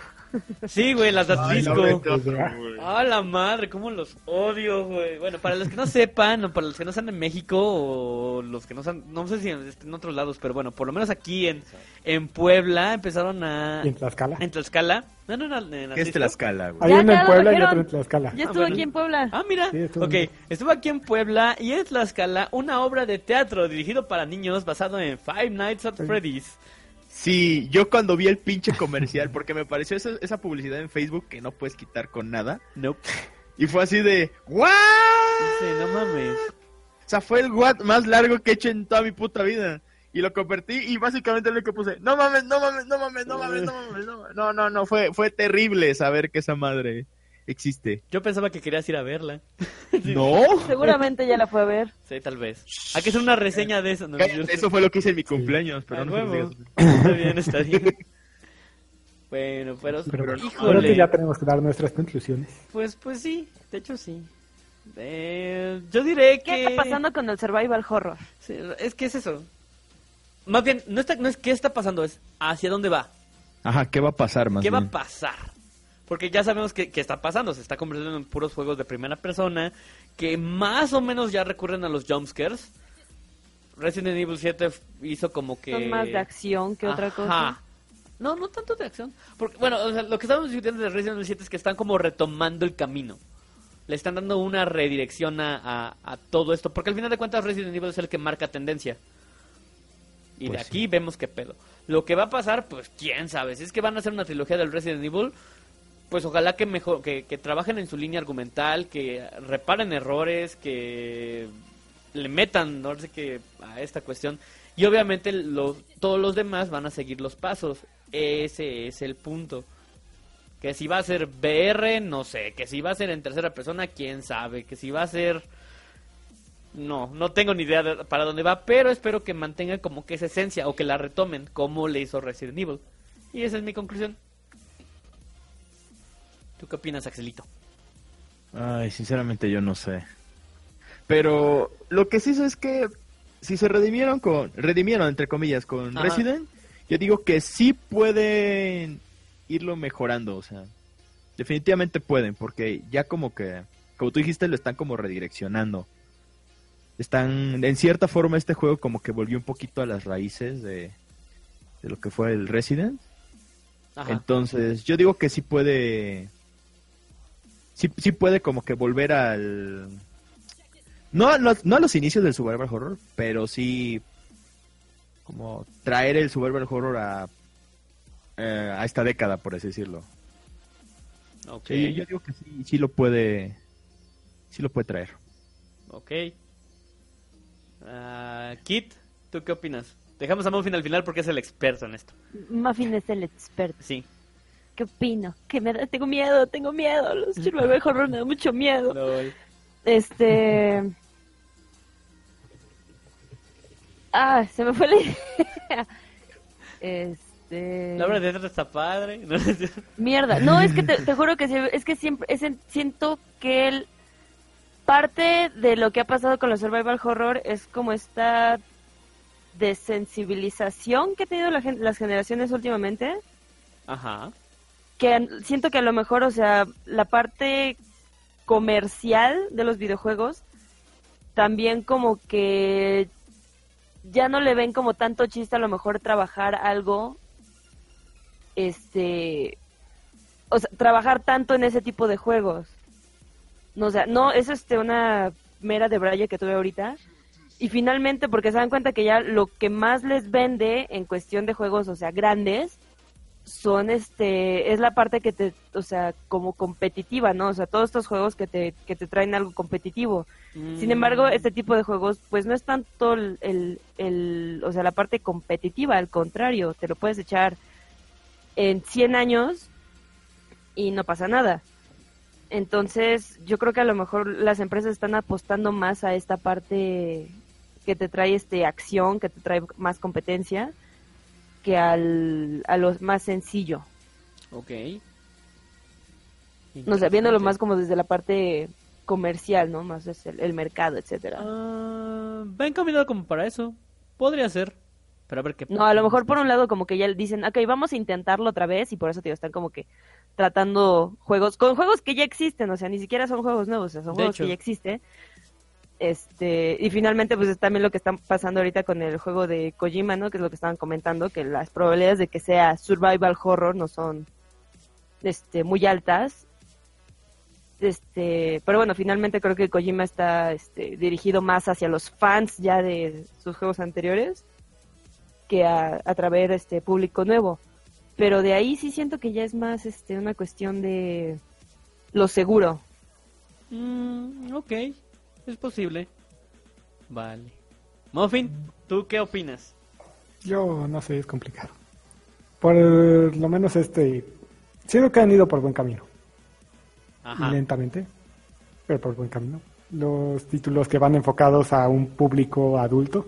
Speaker 2: Sí, güey, las de
Speaker 5: Pues,
Speaker 2: disco.
Speaker 5: ya.
Speaker 2: A la madre, cómo los odio, güey. Bueno, para los que no sepan, o para los que no sean en México, o los que no sean, no sé si en, en otros lados, pero bueno, por lo menos aquí en, en Puebla empezaron
Speaker 6: Ah,
Speaker 2: a...
Speaker 5: Y en Tlaxcala.
Speaker 2: En Tlaxcala. No, no, no, en
Speaker 3: ¿Qué es
Speaker 2: Atlisco.
Speaker 3: Tlaxcala, güey?
Speaker 5: Hay
Speaker 6: Ya, ya
Speaker 5: uno en
Speaker 6: lo
Speaker 5: Puebla y
Speaker 6: trajeron.
Speaker 5: otro en Tlaxcala.
Speaker 6: Ya
Speaker 2: Ah,
Speaker 6: estuvo
Speaker 2: bueno.
Speaker 6: aquí en Puebla.
Speaker 2: Ah, mira.
Speaker 5: Sí, estuvo
Speaker 2: ok,
Speaker 5: en-
Speaker 2: estuvo aquí en Puebla y en Tlaxcala una obra de teatro dirigido para niños basado en Five Nights at Freddy's.
Speaker 3: Sí, yo cuando vi el pinche comercial, porque me pareció esa, esa publicidad en Facebook que no puedes quitar con nada.
Speaker 2: Nope.
Speaker 3: Y fue así de, ¿what?
Speaker 2: Sí, no mames.
Speaker 3: O sea, fue el what más largo que he hecho en toda mi puta vida. Y lo convertí y básicamente lo que puse, no mames, no mames, no mames, no mames, no mames, no mames. No, no, no, fue, fue terrible saber que esa madre existe.
Speaker 2: Yo pensaba que querías ir a verla.
Speaker 3: ¿No?
Speaker 6: Seguramente ya la fue a ver.
Speaker 2: Sí, tal vez. Hay que hacer una reseña de eso. ¿no?
Speaker 3: Cállate, Eso fue lo que hice en mi cumpleaños,
Speaker 2: A
Speaker 3: pero no se lo
Speaker 2: huevo.
Speaker 3: digas.
Speaker 2: Está bien, está bien. Bueno, pero,
Speaker 5: Pero bueno,
Speaker 2: híjole.
Speaker 5: creo que ya tenemos que dar nuestras conclusiones.
Speaker 2: Pues, pues sí, de hecho sí. Eh, yo diré que...
Speaker 6: ¿Qué está pasando con el survival horror?
Speaker 2: Sí, es que es eso. Más bien, no, está, no es qué está pasando, es hacia dónde va.
Speaker 3: Ajá, ¿qué va a pasar más
Speaker 2: ¿Qué va a
Speaker 3: bien?
Speaker 2: pasar? Porque ya sabemos que, que está pasando, se está convirtiendo en puros juegos de primera persona, que más o menos ya recurren a los jumpscares. Resident Evil 7 f- hizo como que...
Speaker 6: Son más de acción que otra
Speaker 2: Ajá.
Speaker 6: cosa.
Speaker 2: No, no tanto de acción. Porque, bueno, o sea, lo que estamos discutiendo de Resident Evil 7 es que están como retomando el camino. Le están dando una redirección a, a- a todo esto. Porque al final de cuentas Resident Evil es el que marca tendencia. Y de
Speaker 3: Pues sí.
Speaker 2: aquí vemos qué pedo. Lo que va a pasar, pues quién sabe. Si es que van a hacer una trilogía del Resident Evil, pues ojalá que mejor que, que trabajen en su línea argumental, que reparen errores, que le metan, no sé qué, a esta cuestión. Y obviamente los, todos los demás van a seguir los pasos. Ese es el punto. Que si va a ser VR, no sé. Que si va a ser en tercera persona, quién sabe. Que si va a ser... No, no tengo ni idea de- para dónde va, pero espero que mantengan como que esa esencia o que la retomen como le hizo Resident Evil. Y esa es mi conclusión. ¿Tú qué opinas, Axelito?
Speaker 3: Ay, sinceramente yo no sé. Pero lo que sí sé es que si se redimieron con, redimieron entre comillas con
Speaker 2: Ajá.
Speaker 3: Resident, yo digo que sí pueden irlo mejorando, o sea, definitivamente pueden, porque ya como que, como tú dijiste, lo están como redireccionando. están, en cierta forma este juego como que volvió un poquito a las raíces de, de lo que fue el Resident.
Speaker 2: Ajá.
Speaker 3: Entonces, yo digo que sí puede. Sí, sí puede como que volver al. No, a los- no a los inicios del Survival Horror, pero sí. Como traer el Survival Horror a. eh, a esta década, por así decirlo.
Speaker 2: Ok,
Speaker 3: Sí, yo digo que sí, sí lo puede. Sí lo puede traer.
Speaker 2: ok. Ah, Kit, ¿tú qué opinas? Dejamos a Muffin al final porque es el experto en esto.
Speaker 6: Muffin es el experto.
Speaker 2: Sí.
Speaker 6: ¿Qué opino? Que me da- tengo miedo, tengo miedo. Los Survival Horror me da mucho miedo.
Speaker 2: Lol.
Speaker 6: Este. Ah, se me fue la idea. Este.
Speaker 2: La obra de teatro está padre. ¿no?
Speaker 6: Mierda. No, es que te, te juro que sí, es que siempre es en- siento que el parte de lo que ha pasado con los survival horror es como esta desensibilización que ha tenido la gen- las generaciones últimamente
Speaker 2: Ajá.
Speaker 6: que an- siento que a lo mejor, o sea, la parte comercial de los videojuegos también como que ya no le ven como tanto chiste a lo mejor trabajar algo este o sea, trabajar tanto en ese tipo de juegos. No, o sea, no es este una mera de braille que tuve ahorita. Y finalmente porque se dan cuenta que ya lo que más les vende en cuestión de juegos, o sea, grandes son este es la parte que te o sea como competitiva no o sea todos estos juegos que te que te traen algo competitivo sin embargo
Speaker 2: Mm,
Speaker 6: este tipo de juegos pues no es tanto el, el, el- o sea la parte competitiva al contrario te lo puedes echar en 100 años y no pasa nada entonces yo creo que a lo mejor las empresas están apostando más a esta parte que te trae este acción que te trae más competencia que al, a lo más sencillo.
Speaker 2: Ok.
Speaker 6: No sé, viéndolo más como desde la parte comercial, ¿no? Más es el, el mercado, etcétera.
Speaker 2: Ah, va encaminado como para eso. Podría ser. Pero a ver qué
Speaker 6: No, a lo mejor por un lado como que ya dicen, ok, vamos a intentarlo otra vez y por eso, tío, están como que tratando juegos, con juegos que ya existen, o sea, ni siquiera son juegos nuevos, o sea, son
Speaker 2: De
Speaker 6: juegos
Speaker 2: hecho.
Speaker 6: que ya existen. Este, y finalmente pues es también lo que están pasando ahorita con el juego de Kojima, ¿no? Que es lo que estaban comentando, que las probabilidades de que sea survival horror no son este muy altas. Este, pero bueno, finalmente creo que Kojima está este, dirigido más hacia los fans ya de sus juegos anteriores que a atraer este público nuevo. Pero de ahí sí siento que ya es más este una cuestión de lo seguro.
Speaker 2: Mm, ok, es posible. Vale. Muffin, ¿tú qué opinas?
Speaker 5: Yo no sé, es complicado. Por lo menos este. Siento que han ido por buen camino.
Speaker 2: Ajá.
Speaker 5: lentamente, pero por buen camino. Los títulos que van enfocados a un público adulto,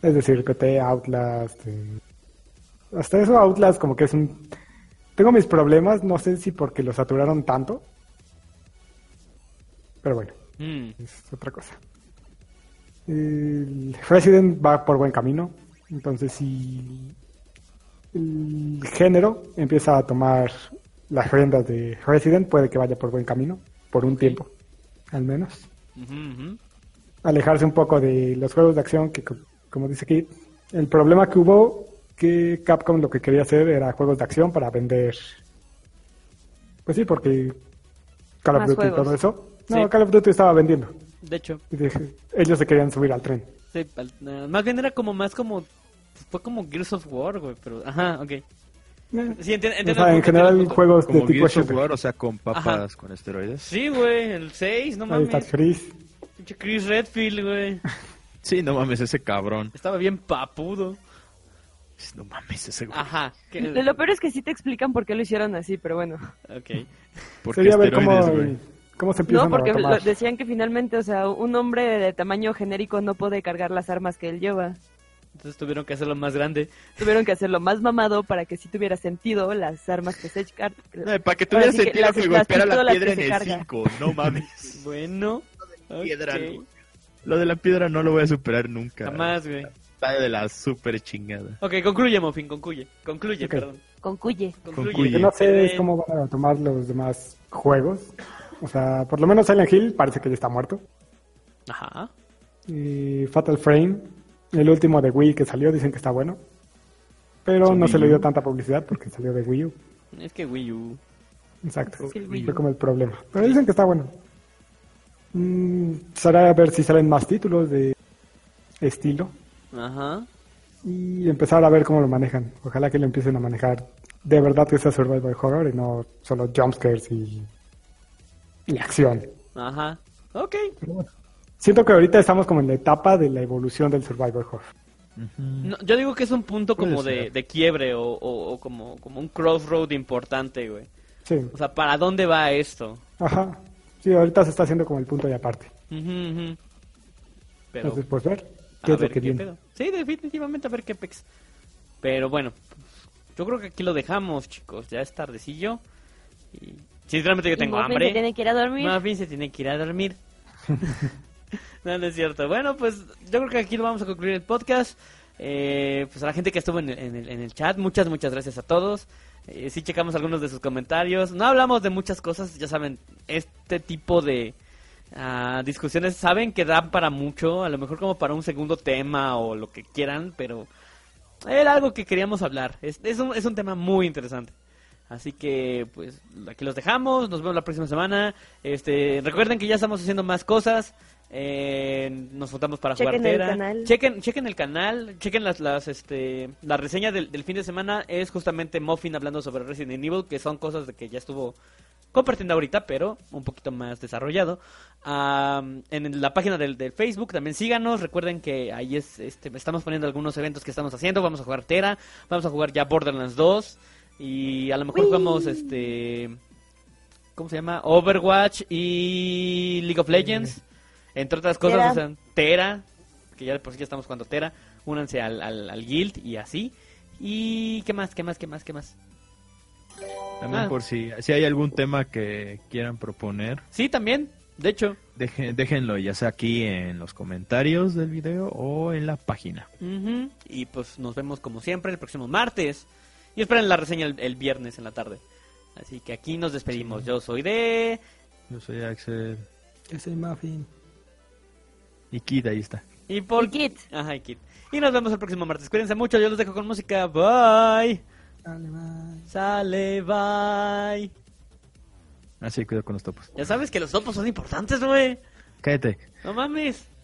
Speaker 5: es decir, te Outlast. eh, Hasta eso, Outlast, como que es un. Tengo mis problemas, no sé si porque lo saturaron tanto, pero bueno,
Speaker 2: Mm,
Speaker 5: es otra cosa. El Resident va por buen camino, entonces si el género empieza a tomar las riendas de Resident, puede que vaya por buen camino, por un tiempo, al menos.
Speaker 2: ujú, ujú.
Speaker 5: Alejarse un poco de los juegos de acción, que co- como dice aquí, el problema que hubo, que Capcom lo que quería hacer era juegos de acción para vender. Pues sí, porque Call of
Speaker 6: Más
Speaker 5: Duty y
Speaker 6: juegos.
Speaker 5: todo eso. No,
Speaker 2: Sí.
Speaker 5: Call of Duty estaba vendiendo.
Speaker 2: De hecho,
Speaker 5: Y dije, ellos se querían subir al tren.
Speaker 2: sí, al- eh, más bien era como más como... Fue como Gears of War, güey, pero... Ajá, ok.
Speaker 5: Eh,
Speaker 2: Sí, enti- entiendo
Speaker 5: o
Speaker 2: el
Speaker 5: sea, en
Speaker 2: punto, entiendo el
Speaker 5: general,
Speaker 2: punto.
Speaker 5: juegos de
Speaker 3: Como
Speaker 5: Este tipo
Speaker 3: Gears of
Speaker 5: shooter.
Speaker 3: War, o sea, con papas
Speaker 2: Ajá.
Speaker 3: con esteroides.
Speaker 2: Sí, güey, el 6, no
Speaker 5: Ahí está
Speaker 2: mames.
Speaker 5: Chris.
Speaker 2: Pinche Chris Redfield, güey.
Speaker 3: Sí, no mames, ese cabrón.
Speaker 2: Estaba bien papudo.
Speaker 3: No mames, ese güey.
Speaker 2: Ajá. que-
Speaker 6: Lo lo peor es que sí te explican por qué lo hicieron así, pero bueno.
Speaker 2: Ok.
Speaker 3: ¿Por qué
Speaker 5: Sería ver cómo,
Speaker 3: esteroides, güey?
Speaker 5: cómo se
Speaker 6: No,
Speaker 5: empiezan
Speaker 6: porque
Speaker 5: a
Speaker 6: lo-
Speaker 5: tomar.
Speaker 6: decían que finalmente, o sea, un hombre de tamaño genérico no puede cargar las armas que él lleva.
Speaker 2: Entonces tuvieron que hacerlo más grande.
Speaker 6: Tuvieron que hacerlo más mamado para que sí tuviera sentido las armas que se car-
Speaker 3: No, para que
Speaker 6: Ahora
Speaker 3: tuviera
Speaker 6: sí que
Speaker 3: sentido
Speaker 6: las-
Speaker 3: que
Speaker 6: las
Speaker 3: golpeara la
Speaker 6: pistolas que
Speaker 3: piedra en
Speaker 6: se
Speaker 3: el
Speaker 6: carga.
Speaker 3: 5, no mames.
Speaker 2: Bueno.
Speaker 3: Piedra,
Speaker 2: ok.
Speaker 3: güey. Lo de la piedra no lo voy a superar nunca.
Speaker 2: Jamás, güey.
Speaker 3: Está de la super chingada.
Speaker 2: Ok, concluye, Mofin, concluye. Concluye,
Speaker 5: Ok.
Speaker 2: perdón.
Speaker 6: Concluye.
Speaker 2: Concluye.
Speaker 3: Concluye.
Speaker 5: Lo que no sé es cómo van a tomar los demás juegos. O sea, por lo menos Silent Hill parece que ya está muerto.
Speaker 2: Ajá.
Speaker 5: y Fatal Frame, el último de Wii que salió, dicen que está bueno. Pero no se le dio tanta publicidad porque salió de Wii U.
Speaker 2: Es que Wii U.
Speaker 5: Exacto.
Speaker 6: Es que el Wii U.
Speaker 5: Fue como el problema. Pero dicen que está bueno. Mm, será a ver si salen más títulos de estilo
Speaker 2: Ajá.
Speaker 5: y empezar a ver cómo lo manejan. Ojalá que lo empiecen a manejar de verdad que sea survival horror y no solo jumpscares y, y acción.
Speaker 2: Ajá. Ok.
Speaker 5: Pero bueno, siento que ahorita estamos como en la etapa de la evolución del survival horror.
Speaker 2: No, yo digo que es un punto
Speaker 3: Puede
Speaker 2: como de,
Speaker 3: ser.
Speaker 2: de quiebre o, o- o como, como un crossroad importante, güey.
Speaker 5: Sí,
Speaker 2: O sea, ¿para dónde va esto?
Speaker 5: ajá. Sí, ahorita se está haciendo como el punto de aparte.
Speaker 2: Ujú, ujú. Pero,
Speaker 5: Entonces, pues ver
Speaker 2: a
Speaker 5: qué es lo
Speaker 2: ver
Speaker 5: que
Speaker 2: qué
Speaker 5: viene.
Speaker 2: pedo. Sí, definitivamente a ver qué pex. Pero bueno, pues, yo creo que aquí lo dejamos, chicos. Ya es tardecillo. Y sinceramente yo
Speaker 6: Y
Speaker 2: tengo
Speaker 6: Muffin se
Speaker 2: hambre.
Speaker 6: tiene que ir a dormir.
Speaker 2: Más bien se tiene que ir a dormir. no, no es cierto. Bueno, pues yo creo que aquí lo vamos a concluir el podcast. Eh, pues a la gente que estuvo en el, en el- en el chat, muchas, muchas gracias a todos. Eh, sí checamos algunos de sus comentarios. No hablamos de muchas cosas, ya saben, este tipo de ah, discusiones saben que dan para mucho, a lo mejor como para un segundo tema o lo que quieran, pero era algo que queríamos hablar. Es, es un, es un tema muy interesante. Así que, pues, aquí los dejamos. Nos vemos la próxima semana. Este, recuerden que ya estamos haciendo más cosas. eh, nos juntamos para
Speaker 6: Chequen
Speaker 2: jugar
Speaker 6: el
Speaker 2: Tera.
Speaker 6: canal.
Speaker 2: Chequen, chequen el canal. Chequen las, las, este, la reseña del, del fin de semana. Es justamente Muffin hablando sobre Resident Evil, que son cosas de que ya estuvo compartiendo ahorita, pero un poquito más desarrollado. Am, en la página del, del Facebook también síganos. Recuerden que ahí es, este, estamos poniendo algunos eventos que estamos haciendo. Vamos a jugar Tera, vamos a jugar ya Borderlands 2 y a lo mejor jugamos este, ¿cómo se llama? Overwatch y League of Legends, entre otras cosas.
Speaker 6: Tera.
Speaker 2: o sea, Tera, que ya de por sí ya estamos jugando Tera. Únanse al, al, al guild y así. Y qué más, qué más, qué más, qué más.
Speaker 3: También
Speaker 2: Ah.
Speaker 3: por si, si hay algún tema que quieran proponer,
Speaker 2: Sí, también. De hecho.
Speaker 3: deje- déjenlo ya sea aquí en los comentarios del video o en la página.
Speaker 2: Ujú, Y pues nos vemos como siempre el próximo martes. Y esperen la reseña el, el viernes en la tarde. Así que aquí nos despedimos. Yo soy de...
Speaker 3: Yo soy Axel
Speaker 7: Ese muffin.
Speaker 3: y Kid, ahí está.
Speaker 2: Y por...
Speaker 6: Y Kit.
Speaker 2: Ajá, y Kit. Y nos vemos el próximo martes. Cuídense mucho. Yo los dejo con música. Bye.
Speaker 7: Dale, bye.
Speaker 2: Sale, bye.
Speaker 3: Así Ah, cuidado con los topos.
Speaker 2: Ya sabes que los topos son importantes, güey.
Speaker 3: Cállate.
Speaker 2: No mames.